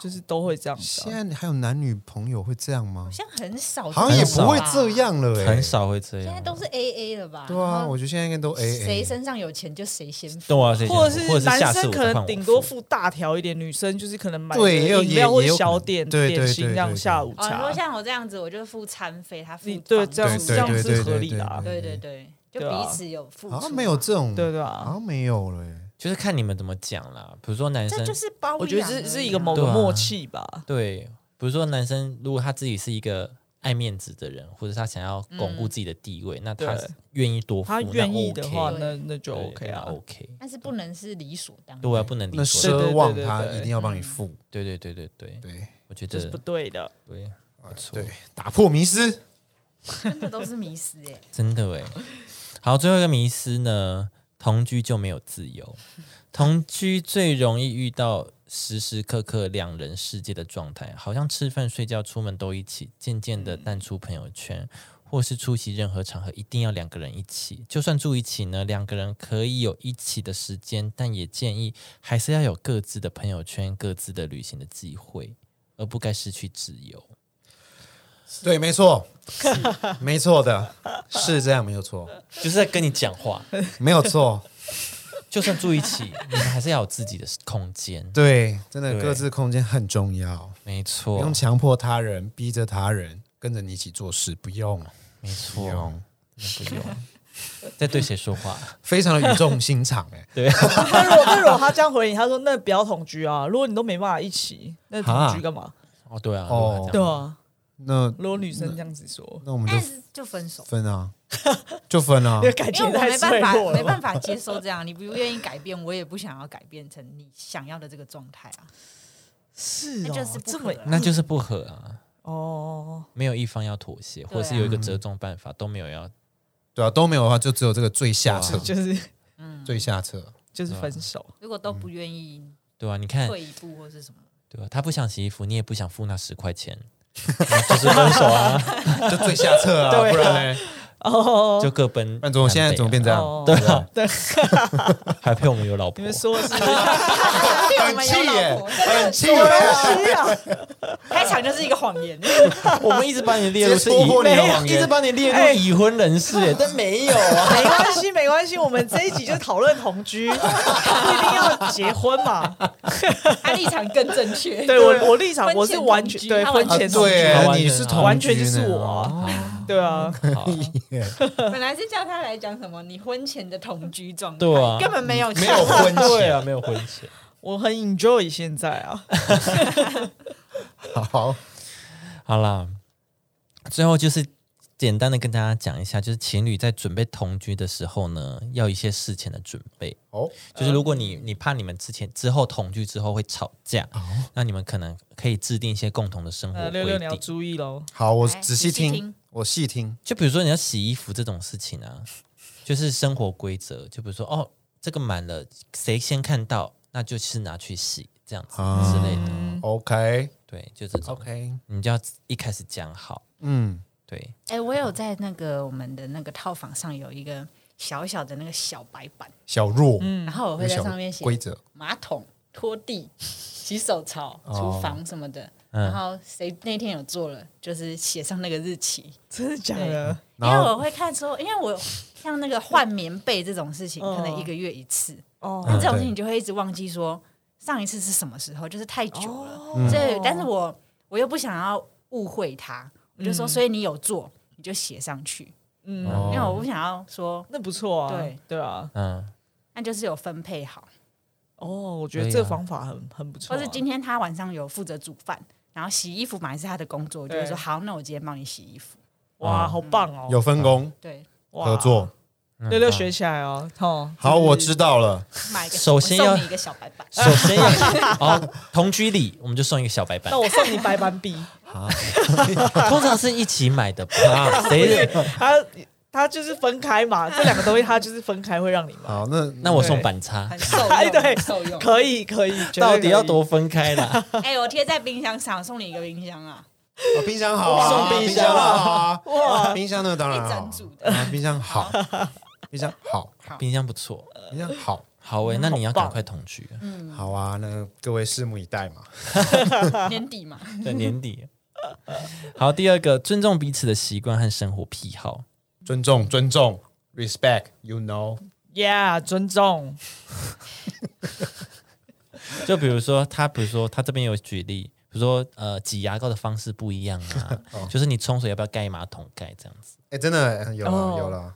就是都会这样子、啊。
现在还有男女朋友会这样吗
好？像很少，
好像也不会这
样。
样了，哎
很。少会这样。
现在都是 A A 了吧？
对啊，
然后
我觉得现在应该都哎 A
谁
A。
身上有钱就谁先付。
对啊，谁
或者
先
是
或者是下
男
次
生
我
可
再换
能
我
顶多
付
付大条一点，女生就是可能买个
对也有
饮料或
也
者
有
小
可能
点
对对
点心
对
这样
对
下午
哦，如
茶
果。像我这样子，我就付餐费，他付
你
房租
嗯对这样
对
这样
对
是合理的、啊，
对对对，就
对啊
彼此有付出，
好像没有这种，
对对
好
啊，
像没有了，哎
就是看你们怎么讲啦。比如说男
这
生，
就是包养而已啊。
我觉得是是一个某个
对啊
默契吧。
对，比如说男生，如果他自己是一个爱面子的人，或者他想要巩固自己的地位，那他
对
愿意多付，
嗯他愿意的话，
OK
那那就
就
哦 OK 啊。
，OK。
但是不能是理所当然。
对啊，不能理
那
说的。
奢望他
对对对对对
一定要帮你付，
对对对对对，
对
我觉
这是
得
不对 的。
对，不错
对，，打破迷思。
真的都是迷失哎。
真的哎。好，最后一个迷思呢，同居就没有自由。同居最容易遇到时时刻刻两人世界的状态，好像吃饭、睡觉、出门都一起，渐渐的淡出朋友圈，或是出席任何场合一定要两个人一起。就算住一起呢，两个人可以有一起的时间，但也建议还是要有各自的朋友圈、各自的旅行的机会，而不该失去自由。
对，没错，没错的，是这样，没有错，
就是在跟你讲话，
没有错。
就算住一起， 你们还是要有自己的空间。
对，真的
对
各自空间很重要，
没
不
错
用，强迫他人，逼着他人跟着你一起做事，不用，
没
不
错，
用，
真的不用。在对谁说话？
非常的语重心长，哎，
那如果那如果他这样回你，他说那不要同居啊。如果你都没办法一起，那同居干嘛？
哦，对啊，哦，
哦
对啊，
那
如果女生这样子说，
那我们
但
就是
就分手，
分啊，就分啊
因为，感
因为
情
我
太
没办
脆
法
弱，
没
了
办
吧。
法接受这样，你不愿意改变，我也不想要改变成你想要的这个状态啊。
是
那就是
哦，
不
这
可
么
能
那就是不合啊，
哦，
没有一方要妥协，或者是有一个折中办法，都没有要。
对啊，都没有的话，就只有这个最下策，
就是
最下策，
就是分手。
如果都不愿意
对啊，你看，
退一步或是什么，
对啊，他不想洗衣服，你也不想付那十块钱，就是分手啊，
就最下策啊，
对啊
不然嘞，
哦，
就各奔南北啊。
范总现在怎么变这样？
哦
对啊，还配我们有老
你
婆
们，说 的是
我
很
们
气
有老
啊耶
婆，
很气
对
耶，
啊，
开场就是一个谎言。
我们一直把你列入
直
是
接戳
已
破你的
没有
谎言
一直把你列
哎
入已婚人士，哎但没有啊。
没关系，没关系，我们这一集就讨论同居，不一定要结婚 嘛。
他立场更正确。啊
对我，我立场我是
婚前
完
同
全
居
对
他
婚
完
啊
前同居，
好
对，
完全
你是同
完全就
居
是
呢
我啊
啊哦
对啊，
好啊
本来是叫他来讲什么你婚前的同居状态，
对啊
根本没有
没 有婚
对
前，
啊，没有婚前。
我很 enjoy 现在啊。
好，
好啦，最后就是简单的跟大家讲一下，就是情侣在准备同居的时候呢，要一些事前的准备。
哦，
就是如果
嗯
你你怕你们之前之后同居之后会吵架，那你们可能可以制定一些共同的生活
哦呃，
规
六六你要
定。
注意喽。
好，我
来
仔细
仔细
听
听，
我细听。
就比如说你要洗衣服这种事情啊，就是生活规则。就比如说哦，这个满了，谁先看到，那就是拿去洗这样子
啊
之类的。
嗯
OK
对，就这种，
OK，
你就要一开始讲好。
嗯，
对，
哎、我有在那个我们的那个套房上有一个小小的那个小白板，
小弱，
然后嗯我
我
会在上面写
规则，
马桶、拖地、 洗手槽、
哦
厨房什么的。
嗯
然后谁那天有做了，就是写上那个日期，
真的假的？
因
然
为
后
我会看说，因为我像那个换棉被这种事情，
嗯
可能一个月一次，
哦，
那这种
嗯对
事情就会一直忘记说上一次是什么时候，就是太久了。
哦
嗯
所以，但是我我又不想要误会他，我就说，
嗯
所以你有做，你就写上去，
嗯，
哦
因为我不想要说，
那不错啊，
对
对啊。
嗯，
那就是有分配好，
哦，我觉
对
得
啊
这个方法很很不错
或
啊。
是今天他晚上有负责煮饭，然后洗衣服本来是他的工作，我就会
对
说好，那我今天帮你洗衣服。
哇，好棒哦，
有分工
对，
哇
合作。嗯
六六学起来哦，哦，
好，我知道了。
买一个，
首先要
我送你一个小白板，
首先要哦，同居礼我们就送一个小白板
那，我送你白板笔，
通常是一起买的吧？谁？
他他就是分 开嘛，这两个东西他就是分开会让你买，
好，那
那我送板擦
很，受
哎
用，
对
很受用。
可以可以，绝对
到底要
可以
多分开啦？
哎、我贴在冰箱上，送你一个冰 箱啊，
哦冰箱好啊，
送
冰
冰
箱
箱
好啊，哇，冰箱那个当然
一
好
整组，的
啊冰箱好，冰箱好，
冰箱不错，
冰箱好，
好诶，那你要
好棒
赶快同居，
好啊。那各位拭目以待嘛。
年底嘛，
在年底。好，第二个，尊重彼此的习惯和生活癖好。
尊重，尊重，respect，you know。
，Yeah，尊重，
就比如说，他比如说他这边有举例，比如说呃，挤牙膏的方式不一样啊，就是你冲水要不要盖马桶盖这样子？
哎，真的有
哦
了有了，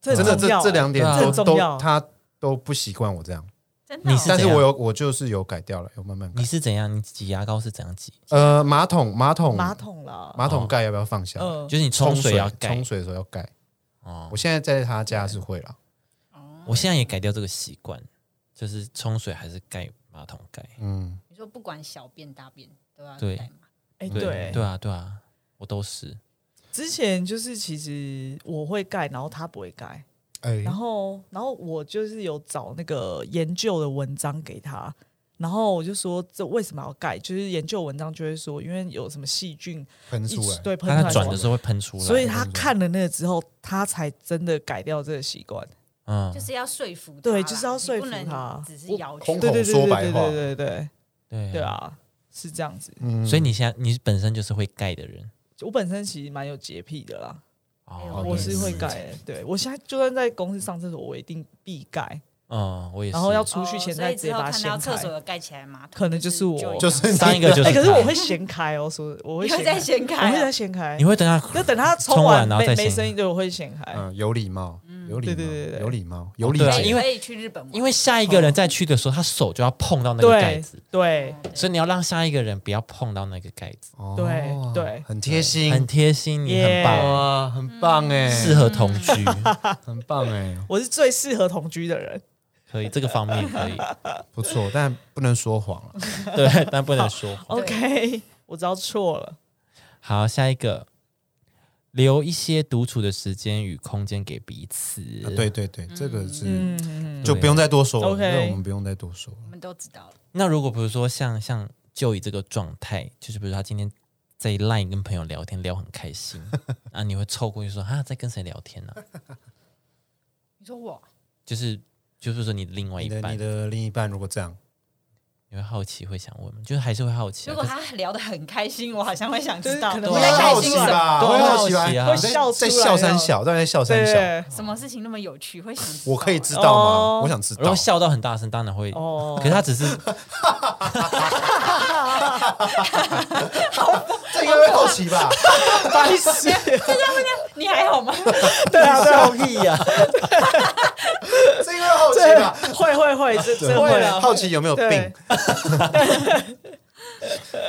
这
真
很
的
重要
这这两点
对啊
都
这很重
都
要
他都不习惯我这样，
真的、哦。
你是
但是
怎样
我有我就是有改掉了，有慢慢改
你。是怎样？你挤牙膏是怎样挤？
呃，马桶马桶
马桶啦，
马桶盖要不要放下？
嗯，
就是你冲
冲
水要盖
冲。水的时候要盖。
哦
我，现在在他家是会了，
哦
我现在也改掉这个习惯，就是冲水还是盖马桶盖。
嗯，
你说不管小便大便都要
对
带嘛，
哎对
对啊，对啊，我都是。
之前就是其实我会盖，然后他不会盖，
哎
然后然后我就是有找那个研究的文章给他，然后我就说这为什么要盖？就是研究文章就会说，因为有什么细菌
喷
一
出
直
来，
对喷
但
出
它
来
转的时候会喷出来，
所以他看了那个之后，他才真的改掉这个习惯。
嗯
就，是要说服他啦，
对就是要说服
你不能
他
只是
我
要求
空。
对
口
对对
说
对
白
对
话，
对对对
对
对，啊，是这样子。
嗯
所以你现在你本身就是会盖的人
我本身其实蛮有洁癖的啦，
哦，
我
也
是会盖的。对我现在就算在公司上厕所，我一定必盖，
嗯，我也是。
然后要出去前
哦
再直接把它
所以之后
掀
看到厕所
开。
有盖起来马桶，
可能就是我
一样
就是你
上一个就是
哎，可是我
它
会掀开哦，说我会
你
掀
会
开
再，掀
我会
开
再
啊，
掀开
你，会等他
就等它
冲完
完
然后再
没没
掀
声音，对，我会掀开。
嗯有礼貌，有礼
对对
貌，
对对
有礼貌，有礼
对啊
所以
因
节，
为
可以去日本玩，
因为下一个人再去的时候，他手就要碰到那个盖
对
子，
对，
所以你要让下一个人不要碰到那个盖子，
哦
对对嗯
很贴心，
很贴心，你很
Yeah
棒，欸
哇，很棒哎，
适 合同居，
很棒哎，
我是最适合同居的人。
可以这个方面可 以，
不错，但不能说谎了。
对，但不能说谎。
哦
OK，我知道错了。
好，下一个，留一些独处的时间与空间给彼此
啊，对对对，这个是
嗯，
就不用再多说了，
OK
那我们不用再多说了
我。们都知道了。
那如果比如说像像就以这个状态，就是比如说他今天在 LINE 跟朋友聊天聊很开 心啊，你会凑过去说啊在跟谁聊天呢、
你说我
就是就是说你的另外一
你的
半，
你
你
的另一半如果这样，
会好奇会想问吗？就是还是会好奇、 啊。
如果
可是
他聊得很开心，我好像会想知道
就是可能
你
会
在开
好
心
奇
什么，
吧，
啊对
会好
会好
吧
奇啊，
你
会
在
笑出
在
来
笑
啊
三小，在笑三小，
对，
什么事情那么有趣，会想知道
我可以
哎
知道吗？
哦
我想知
如
道
果，笑到很大声，当然会。
哦
可是他只是
这应该会好奇吧？
白痴，
你还好 吗？
对啊，对啊，
屁呀、
这应该会好奇吧？
对，会会会，这
啊对
这会了，
好奇有没有病
对？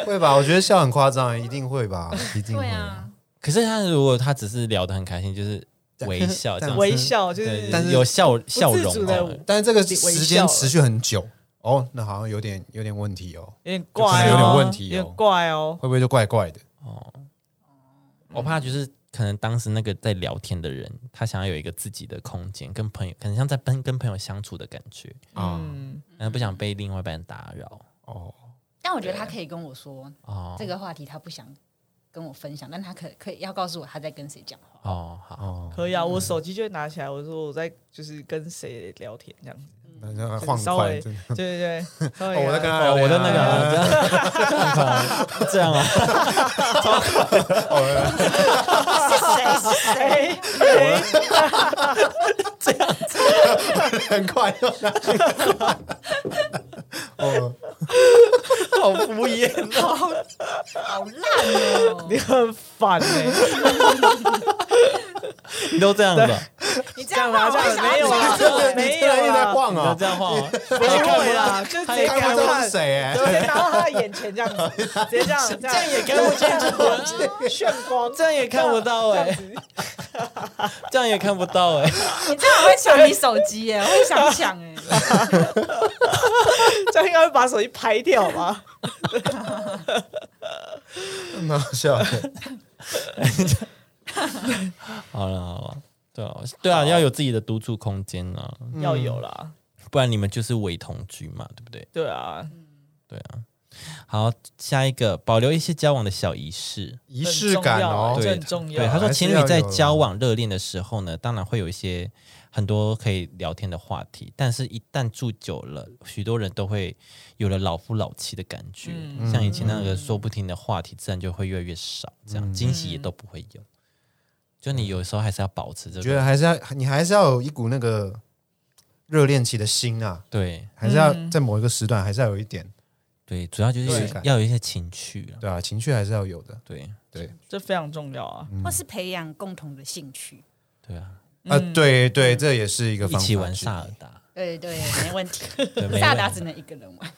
会吧？我觉得笑很夸张，一定会吧，一定
对
会。
啊，
可是他如果他只是聊得很开心，就是微笑这
但
样子，
微笑就
对，
是
但是
有笑笑
自
容哦
主
这
的
样
微
子
但是这个
微笑
时间持续很久哦，那好像有点有点问题哦，
有点
可
怪
能
哦，
有点问题哦
有点怪哦。
会不会就怪怪的？
哦。我怕就是可能当时那个在聊天的人，他想要有一个自己的空间，跟朋友可能像在跟跟朋友相处的感觉，
啊
嗯，
然后不想被另外一半打扰
哦，
但我觉得他可以跟我说
哦
这个话题，他不想跟我分享，但他可可以要告诉我他在跟谁讲话。
哦好，
哦，
可以啊，我手机就会拿起来，我说我在就是跟谁聊天这样 子，
那那晃
稍
快，
微
真的。
对对对，稍微
哦，我在跟他聊
哎哦
天啊，
我的那个啊这样这样啊，
哎哎
很快就拿哎 哦，
啊好敷衍啊
好烂 哦！
你很烦哎，
你都这样子啊，
你
这
这
样啦，这样 没有
啊？
啊，
你
没
突然一
有
直在
啊，
晃
你都
啊，
这样晃啊，
不会啦，就直
他
接
也
给
看不到
他
是谁哎
直，接拿到他的眼前这 样子，直接这样，这样也看不见，炫光，
这样也看不到哎、这样也看不到哎、
你这样我会抢你手机耶，我会想抢 哎。
这样应该会把手机拍掉吧？
蛮好笑
啊
的。
好了好了，对啊对啊，要有自己的独处空间啊，
嗯
要有啦，
不然你们就是伪同居嘛，对不对？
对啊，
对啊。好，下一个保留一些交往的小仪式，
仪式感哦
很重要，
对
这很重
对，
要。啊
他说
还是
情侣
要
在
有
交往热恋的时候呢，当然会有一些很多可以聊天的话题，但是一旦住久了，许多人都会有了老夫老妻的感觉，
嗯
像以前那个说不停的话题，自然就会越来越少，这
嗯
样、惊喜也都不会有。就你有时候还是要保持这
觉得
个，
还是要你还是要有一股那个热恋期的心啊，
对
还是要
嗯
在某一个时段还是要有一点，
对，主要就是
对
有要有一些情趣啊，
对啊，情绪还是要有的。
对
这非常重要啊。
或是培养共同的兴趣。
对啊，
嗯
啊，对对，这也是一个
一
方法
起玩
之一
萨尔 达，
对对， 没问题。
对，没
萨
问
达
题
只能一个人玩，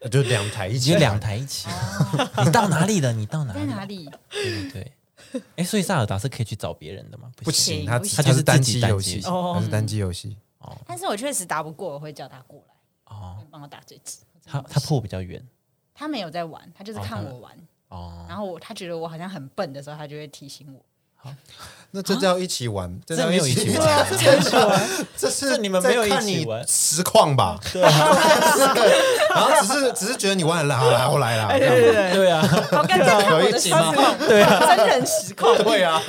呃就两台一
已
起
经
玩
两台一起， 你到哪里了？你到哪
在
里？
哪里？
对对。哎，所以萨尔达是可以去找别人的吗？
不
不行。
行，
行
它
不行
它
它就是
是单
自己
机
单
游
机
戏，
哦
它是单机游戏。
但是我确实打不过，我会叫他过来，
哦
会，帮我打最指。
他他破比较远
他没有在玩，他就是看我玩，
哦，
然后我他觉得我好像很笨的时候，他就会提醒我。
那这叫一起玩，这叫
啊没有一起
起
玩，
这是
这你们没有一起玩
在看你实况吧？对，然后只是只是觉得你玩很烂，好来我来
对
哎
啦，
对对，
对啊，
好，刚才看我
有
的
一
实
集吗
况，对啊，真人实况。
对啊，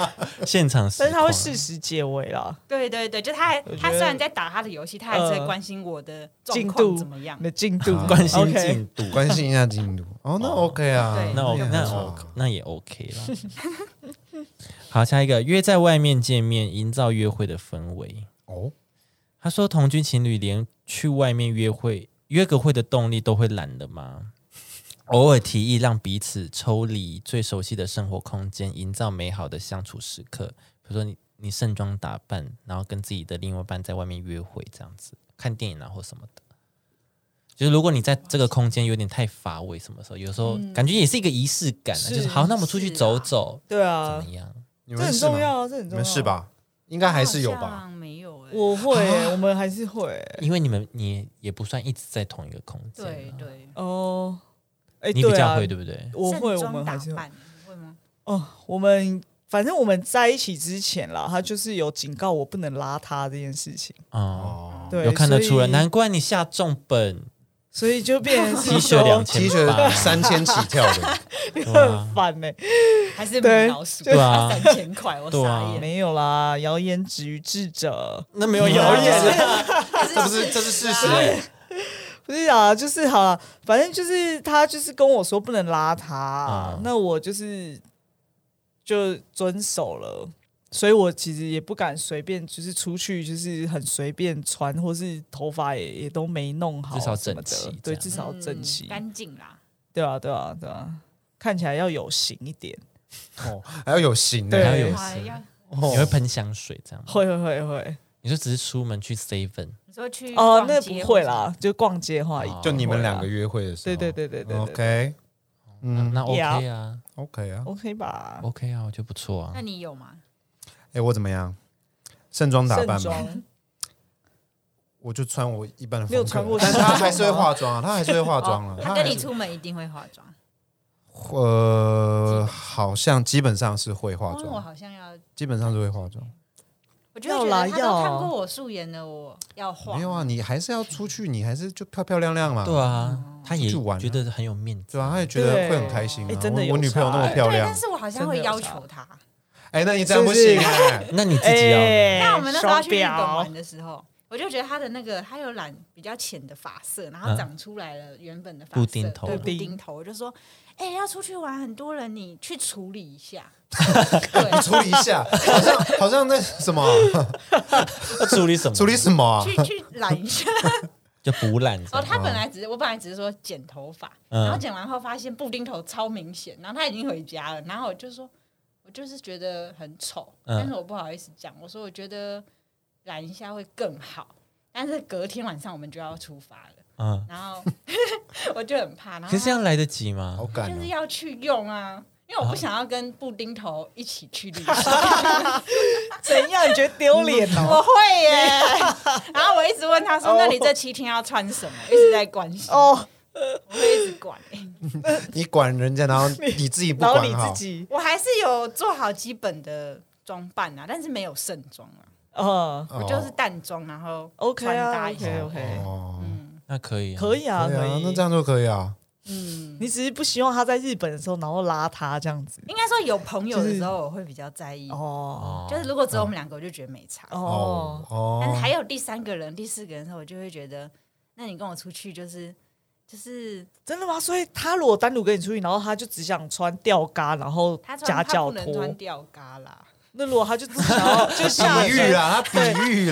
现场实
但
况，啊
是他会适时结尾啦，
对对对，就他还
我觉得
他虽然在打他的游戏，他还是会关心我的状
进
况
度
怎么样
你。的进度
啊
关心
OK
进度。
关心一下进度。哦，那 OK 啊
对，
那我
也
那哦
很好
我
哦
啊
那也 OK 啦。 好，下一个约在外面见面，营造约会的氛围。
哦，
他说，同居情侣连去外面约会、约个会的动力都会懒了吗？偶尔提议让彼此抽离最熟悉的生活空间，营造美好的相处时刻。比如说你你盛装打扮，然后跟自己的另外一半在外面约会，这样子看电影啊或什么的。就是如果你在这个空间有点太乏味，什么时候有时候感觉也是一个仪式感、啊，
是
就是好，那我们出去
是啊
走走，
对
怎
啊
么，样？
你
这
们
很
是吗
重，要啊，这很
你
重要。
们是？吧？应该还是有
好
吧？
像没有哎。
我会欸，
啊
我们还是会欸
因为你们你也不算一直在同一个空间、啊，
对对，
哦。哎，
你比
对
较
啊
会，对不对？
我会，
盛
我
装
们
打
还是会
扮你会吗？
哦，我们反正我们在一起之前啦，他就是有警告我不能邋遢这件事情，啊
哦，
哦，
对，
有看得出来，
所以
难怪你下重本
所以就变成
T
是
恤
说
两千
T 恤
八，
三千起跳 的，
很烦欸呢。
还是米
对
老鼠？
对啊
三千块，我
对啊
傻眼。
没有啦，谣言止于智者，
那没有谣言啊，
这不是这是事实欸，
不是啊，就是好了，反正就是他就是跟我说不能邋遢，
啊
那我就是就遵守了。所以我其实也不敢随便，就是出去就是很随便穿，或是头发也也都没弄好
至少
什么的
整齐这
对，
样
至少整齐
嗯，干净啦。
对啊，对啊，对啊，看起来要有型一点，
哦，还要有型
还
的，
要有
还要
型，你会喷香水这样吗？
会会会会，
你就只是出门去 seven
你说去
哦、
逛
那
街
不
或
会
者
啦，就逛街的话，
哦
就你们两个约会的时
对
候，
对对对对对
，OK，
嗯，那 OK
Yeah
啊
OK 啊，
OK 吧？
，OK 啊，我觉得不错啊
那。你有吗？
哎，我怎么样？盛装打扮
盛
吗？
装
我就穿我一般的风格，
没有穿过
但是他还是会
西装吗
化妆啊，他还是会化妆啊
哦，
他
跟
还
你
是
出门一定会化妆。
呃，好像基本上是会化
哦我
妆，
好像要，
基本上是会化妆。
我就会
要
觉
啦
得他
要
都
啊
看过我素颜了，我要化。
没有啊，你还是要出去，你还是就漂漂亮亮嘛。
对
嗯
啊，他也
去玩啊
觉得很有面子
对啊，他也觉得会很开心、啊。
对哎真的
我
有
我女朋友那
差
么
哎
漂
对，
亮
但，是我好像会要求他。
哎、那你这样不行、哎
那你自己要
哎
呢
那我们那时候去日本
手
玩
表
的时候，我就觉得他的那个，他有染比较浅的发色，然
嗯
后长出来了原本的发色，
布丁头
对
布
布
丁
丁头，我就说，哎、要出去玩，很多人，你去处理一下。 对，
处理一 下，好像好像那什么啊
要处理什么？
处理什么、啊？
去去染一下。
就补懒这
哦，
样。
他本来只是我本来只是说剪头发，
嗯
然后剪完后发现布丁头超明显，然后他已经回家了，然后我就说，我就是觉得很丑，
嗯
但是我不好意思讲，我说我觉得染一下会更好，但是隔天晚上我们就要出发了。
嗯，
然后 我就很怕，然后
可是这样来得及吗
好？感、
就是
哦，
要去用啊，因为我不想要跟布丁头一起去旅行，
怎样？你觉得丢脸哦？
我会耶。 然后我一直问他说
哦：“
那你这七天要穿什么？”一直在关心，
哦，
我会一直管欸。
你管人家，然后你自己不
然后
管
你
好
自。己，
我还是有做好基本的装扮啊，但是没有盛装啊，
嗯
哦
我就是淡妆，然后
，OK
穿
啊
搭一下。
，OK OK，
哦，
嗯
那可以啊，
可以啊，
对
可
啊
以，。
那这样就可以啊。
嗯，
你只是不希望他在日本的时候，然后拉他这样子。
应该说有朋友的时候我会比较在意，
哦
哦。
就是如果只有我们两个，我就觉得没差。
哦
嗯哦，哦，
但是还有第三个人、第四个人的时候，我就会觉得，那你跟我出去就是就是
真的吗？所以他如果单独跟你出去，然后他就只想穿吊嘎，然后
他穿
夹
他
脚
不能穿
拖。
吊嘎啦，
那如果他就只想 要就夏
比喻
天，
啦，他比喻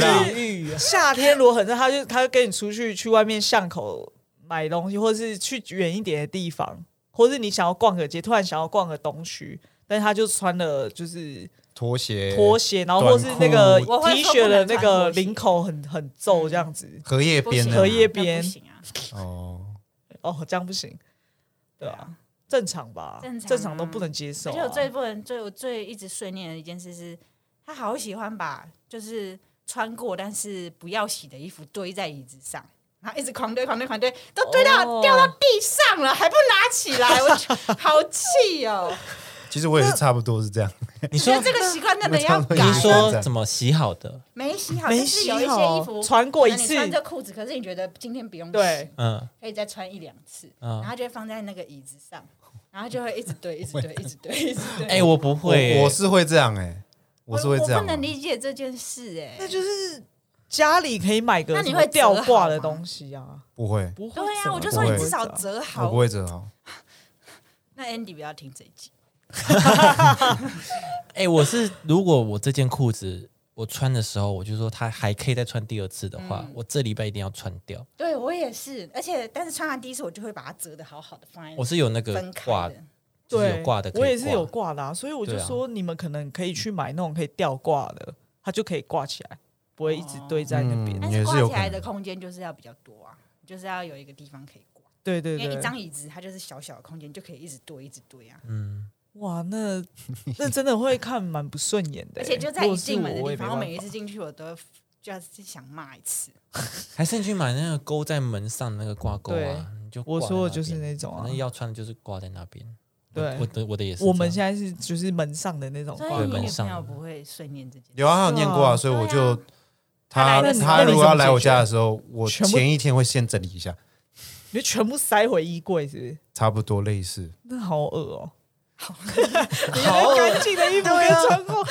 啦，
夏天如果很热，他就他就跟你出去去外面巷口买东西，或者是去远一点的地方，或是你想要逛个街，突然想要逛个东区，但是他就穿了就是
拖鞋、
拖鞋，然后或是那个
短
裤我会
T
说
恤
不
的
能
那个
穿拖鞋嗯
领口很很皱这样子。
荷叶边的
不行
嘛
荷叶
那
边
不行啊，
哦，
哦，这样不行，对啊，正常吧？
正常啊
都不能接受、
而
啊。
且我最不能、最我最一直碎念的一件事是，他好喜欢把就是穿过但是不要洗的衣服堆在椅子上。然后一直狂堆、狂堆、狂堆，都堆到、
哦
掉到地上了，还不拿起来，我就好气哦！
其实我也是差不多是这样。
你
觉
说
得这个习惯真的
你
要
们
改。
你说
哎
怎么洗好的？
没洗好，
没
就是
洗
有一些
好
衣服
穿过一
可能你
次
穿这裤子，可是你觉得今天不用洗
对，
嗯，
可以再穿一两次，
嗯
然后就会放在那个椅子上，然后就会一直堆，一直堆，一直堆，一直 堆。
哎，我不
我
会，
我是会这样哎，我是会这
我
样
不
啊
能。理解这件事哎、
那就是家里可以买个
那你
什么
会折
吊挂
好
的
吗
东西啊，
不会，
不会
对呀、
折
我就
不
说
会
你
折
至少
啊
折好。
我不会折好。
那 Andy 不要听这一集，
哎，我是如果我这件裤子我穿的时候，我就说它还可以再穿第二次的话
嗯，
我这礼拜一定要穿掉。
对我也是，而且但是穿完第一次，我就会把它折的好好的放在
我是有那个
分开
挂，
的。
就是有挂的可以
我也是
挂
有挂的啊，所以我就
对啊
说你们可能可以去买那种可以吊挂的，它就可以挂起来，不会一
哦
直堆在那边。
嗯
但
也是
挂
有
起来
可能
的空间就是要比较多啊，就是要有一个地方可以挂，
对对
因为
对
一，张椅子它就是小小的空间，就可以一直堆一直堆啊。
嗯，
哇，那那真的会看蛮不顺眼的欸、
而且就在
如
一
果是
进门的
我我
地
也没
方，我
办
每一
法
次进去我都就是想骂一次。
还是你去买那个勾在门上的那个挂钩
对
啊。你就挂
我
在
说的
那
就是
边
那种啊
反正要穿的就是挂在那边。
对
我的我的也是这样。
我们现在是就是门上的那种
所
挂
以
对
的
你
门
女
东西，
朋
上
友不会碎念这件事。
有啊，他有念过啊，所以我就
对
他
他来的时候
他如果要来我家的时候，我
全部
前一天会先整理一下，
你就全部塞回衣柜是不是？
差不多类似。
那好恶 哦、
好，
干净的衣服可以
啊
穿过，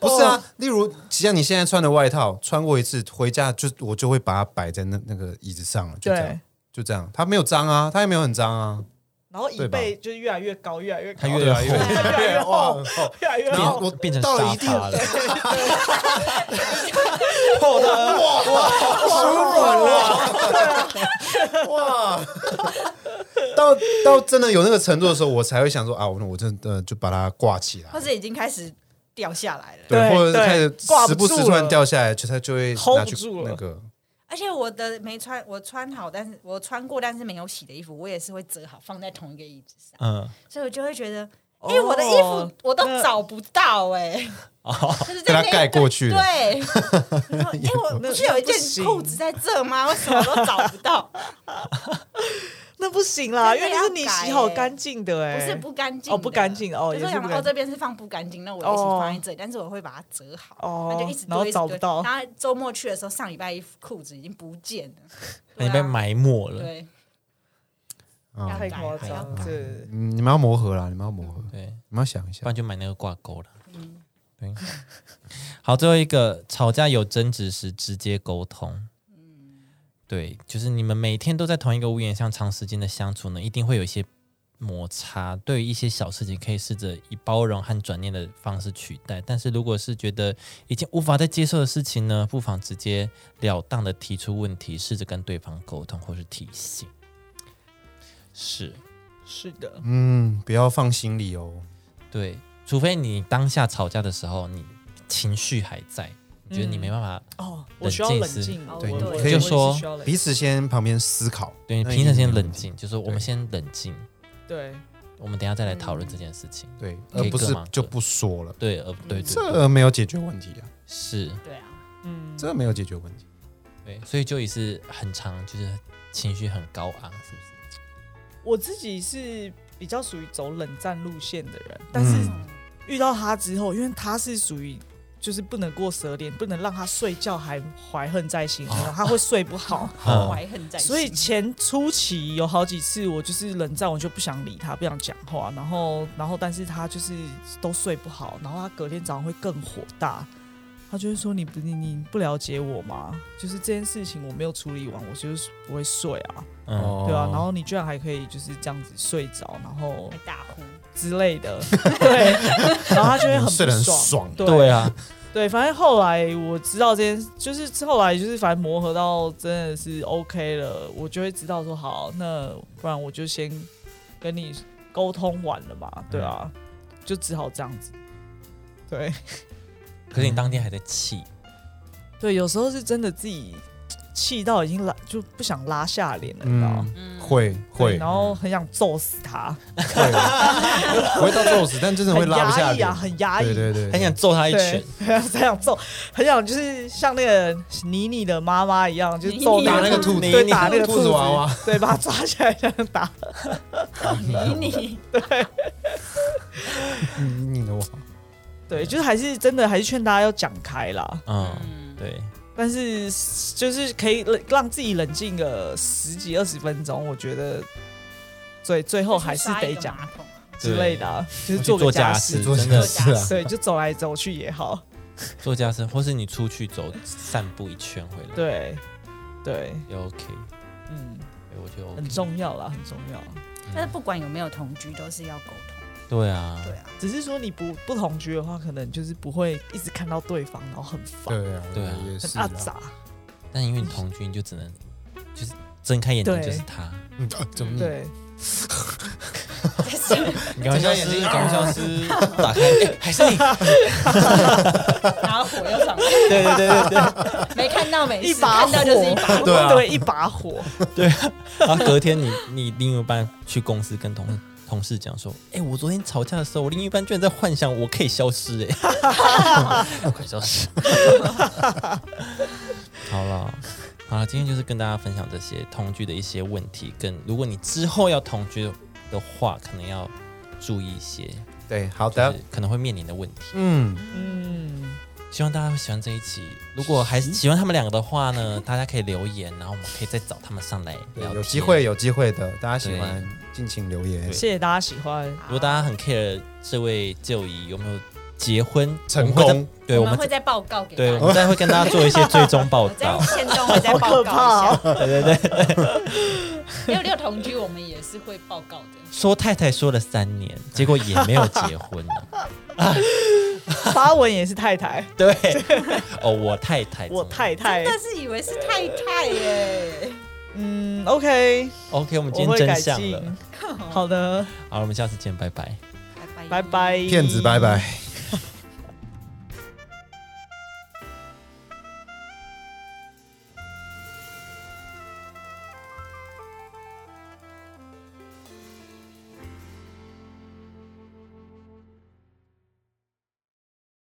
不是啊，例如像你现在穿的外套，穿过一次回家就我就会把它摆在那那个椅子上了，就这
对
样。，就这样，它没有脏啊，它也没有很脏啊，
然后椅
对吧
背就是越来越高，越来越高，
它越
对啊，
来
因为
越
来越厚
很厚
越来越
然
高
后。我
变成
到了
沙
一定
发了，
厚的，哇哇，舒服了，
啊
哇！到到真的有那个程度的时候，我才会想说啊，我我真的就把它挂起来
或，者已经开始掉下来了。
对
或者是
对
开始
挂不
时不时
住
突然
了
掉下来，就它就会
Hold
拿去
不住了
那个，
而且我的没穿，我穿好，但是我穿过但是没有洗的衣服，我也是会折好放在同一个椅子上，
嗯，
所以我就会觉得，
哦哦
哎、我的衣服我都找不到哎、 就是
被
在
它
那一
盖过去了。
对，然后哎、我
那
不是有一
那不行哎
件裤子在这吗？为什么都找不 到？
那不行啦，因
真的
为
要欸
那是你洗好干净的哎、
不是不干净的
哦不干净的哦
就是
也
我
是
想
不
说
干
哦这边是放不干净，那我一起放在这里，但是我会把它折好，
哦
那就一直
然后
堆一直
找
堆
不到
然后周末去的时候，上礼拜衣服裤子已经不见 了，
那你被
对啊
埋没了，
对，
啊
太夸张
要
了，
改
这
嗯，你们要磨合啦，你们要磨合，
对，
你们要想一
不
下。
然就买那个挂钩了。对，好，最后一个，吵架有争执时直接沟通。对，就是你们每天都在同一个屋檐下长时间的相处呢，一定会有一些摩擦。对于一些小事情，可以试着以包容和转念的方式取代。但是如果是觉得已经无法再接受的事情呢，不妨直接了当的提出问题，试着跟对方沟通或是提醒。是，
是的，
嗯，不要放心里哦。
对，除非你当下吵架的时候，你情绪还在，你觉得你
嗯
没办法，
哦，
冷
我需要
静
冷
是
静，我
对
我
你
我
可以
我也是
说
需要冷
彼此先旁边思考，
对你
那
平常
一定
先
没问
冷
题
静，就是我们先冷静，
对，
我们等一下再来
嗯
讨论这件事情。
对，
可
而
以
不是
各忙各
就不说了。
对，呃，对对对，
这没有解决问题啊，
是，
对啊，
嗯，
这没有解决问题。
对，所以就也是很长，就是情绪很高昂，是不是？
我自己是比较属于走冷战路线的人，但是
嗯
遇到他之后，因为他是属于就是不能过十二点，不能让他睡觉还怀恨在心，
哦
他会睡不好。
嗯
怀恨 在心，
所以前初期有好几次，我就是冷战，我就不想理他，不想讲话，然后，然后，但是他就是都睡不好，然后他隔天早上会更火大，他就会说你不你你不了解我吗？就是这件事情我没有处理完，我就是不会睡啊，
嗯，
哦
对啊，然后你居然还可以就是这样子睡着，然后
还大呼，
之类的，对，然后他就会很
睡得很
不
爽
对
对啊，
对，反正后来我知道这件，就是后来就是反正磨合到真的是 OK 了，我就会知道说好，那不然我就先跟你沟通完了嘛，对啊，就只好这样子。对
可是你当天还在气，
对，有时候是真的自己气到已经拉就不想拉下脸了，你知道吗？
嗯，
嗯，
会
对
会
然后很想揍死他，
会，不会到揍死，但真的会
很
拉不下
压抑
脸
啊，。很压抑，
对对对，
很想揍他一拳
对，，很想揍，很想就是像那个妮妮的妈妈一样，就是揍
妮妮
打
她
那个兔子，
对，打那个
兔子娃 娃，
对，把它抓起来这样打。
迷 你，
嗯，你的娃娃。
对，就是还是真的，还是劝大家要讲开啦。
嗯，
嗯，
对，
但是就是可以冷让自己冷静个十几二十分钟，我觉得最最后还是得讲
就是刷
之类
一个马桶啊，
的啊、就是
去
做个
做
家
家
事
事，，
做
真
家
的
事是啊
对，就走来走去也好，
做家事，或是你出去走散步一圈回来，
对对，
也，OK，
嗯，
对我觉得 OK，
很重要啦，很重要。
但是不管有没有同居，都是要沟通，
对啊，
对啊，
只是说你不不同居的话，可能就是不会一直看到对方，然后很烦，
对啊，
对啊
也
很
是
阿
啊。
杂。
但因为你同居，你就只能就是睁开眼睛
对
就是他，
嗯啊怎么你
对，
你
赶快消失赶快消
失，打开，哎还是你，
然后火又上来，
对对对对对，
没看到没
一
事，
把
看
火
到就是 一把，
对啊
对，一把火。
然后隔天你你另一半去公司跟同同事讲说，哎、我昨天吵架的时候，我另一半居然在幻想我可以消失、哎， 我可以消失。好了，好了，今天就是跟大家分享这些同居的一些问题，跟如果你之后要同居的话，可能要注意一些，
对，好
就
的
是，可能会面临的问题。
嗯，
嗯，
希望大家会喜欢这一期。如果还是喜欢他们两个的话呢， 大家可以留言，然后我们可以再找他们上来
对
聊天。
有机会有机会的，大家喜欢尽情留言
对。
谢谢大家喜欢。
如果大家很 care 这位舅姨有没有结婚
成，
我们
功
会再对
我
我
们
们
会
再
再报告给
对
大
我
家。
们再会跟大家做 一些追踪报
我在
道。
线中会再报
可
告
怕
一下，
哦！
六六同居我们也是会报告的。
说太太说了三年，结果也没有结婚 呢。
发文也是太太，
对，哦，我太太，
我太
太。
太。
但是以为是太太耶，
嗯，OK，
OK，我们
我
今
会
天真
改
相
进
了。。
好的，
好，我们下次见，拜拜。
拜
拜
拜
拜。
骗子，拜拜。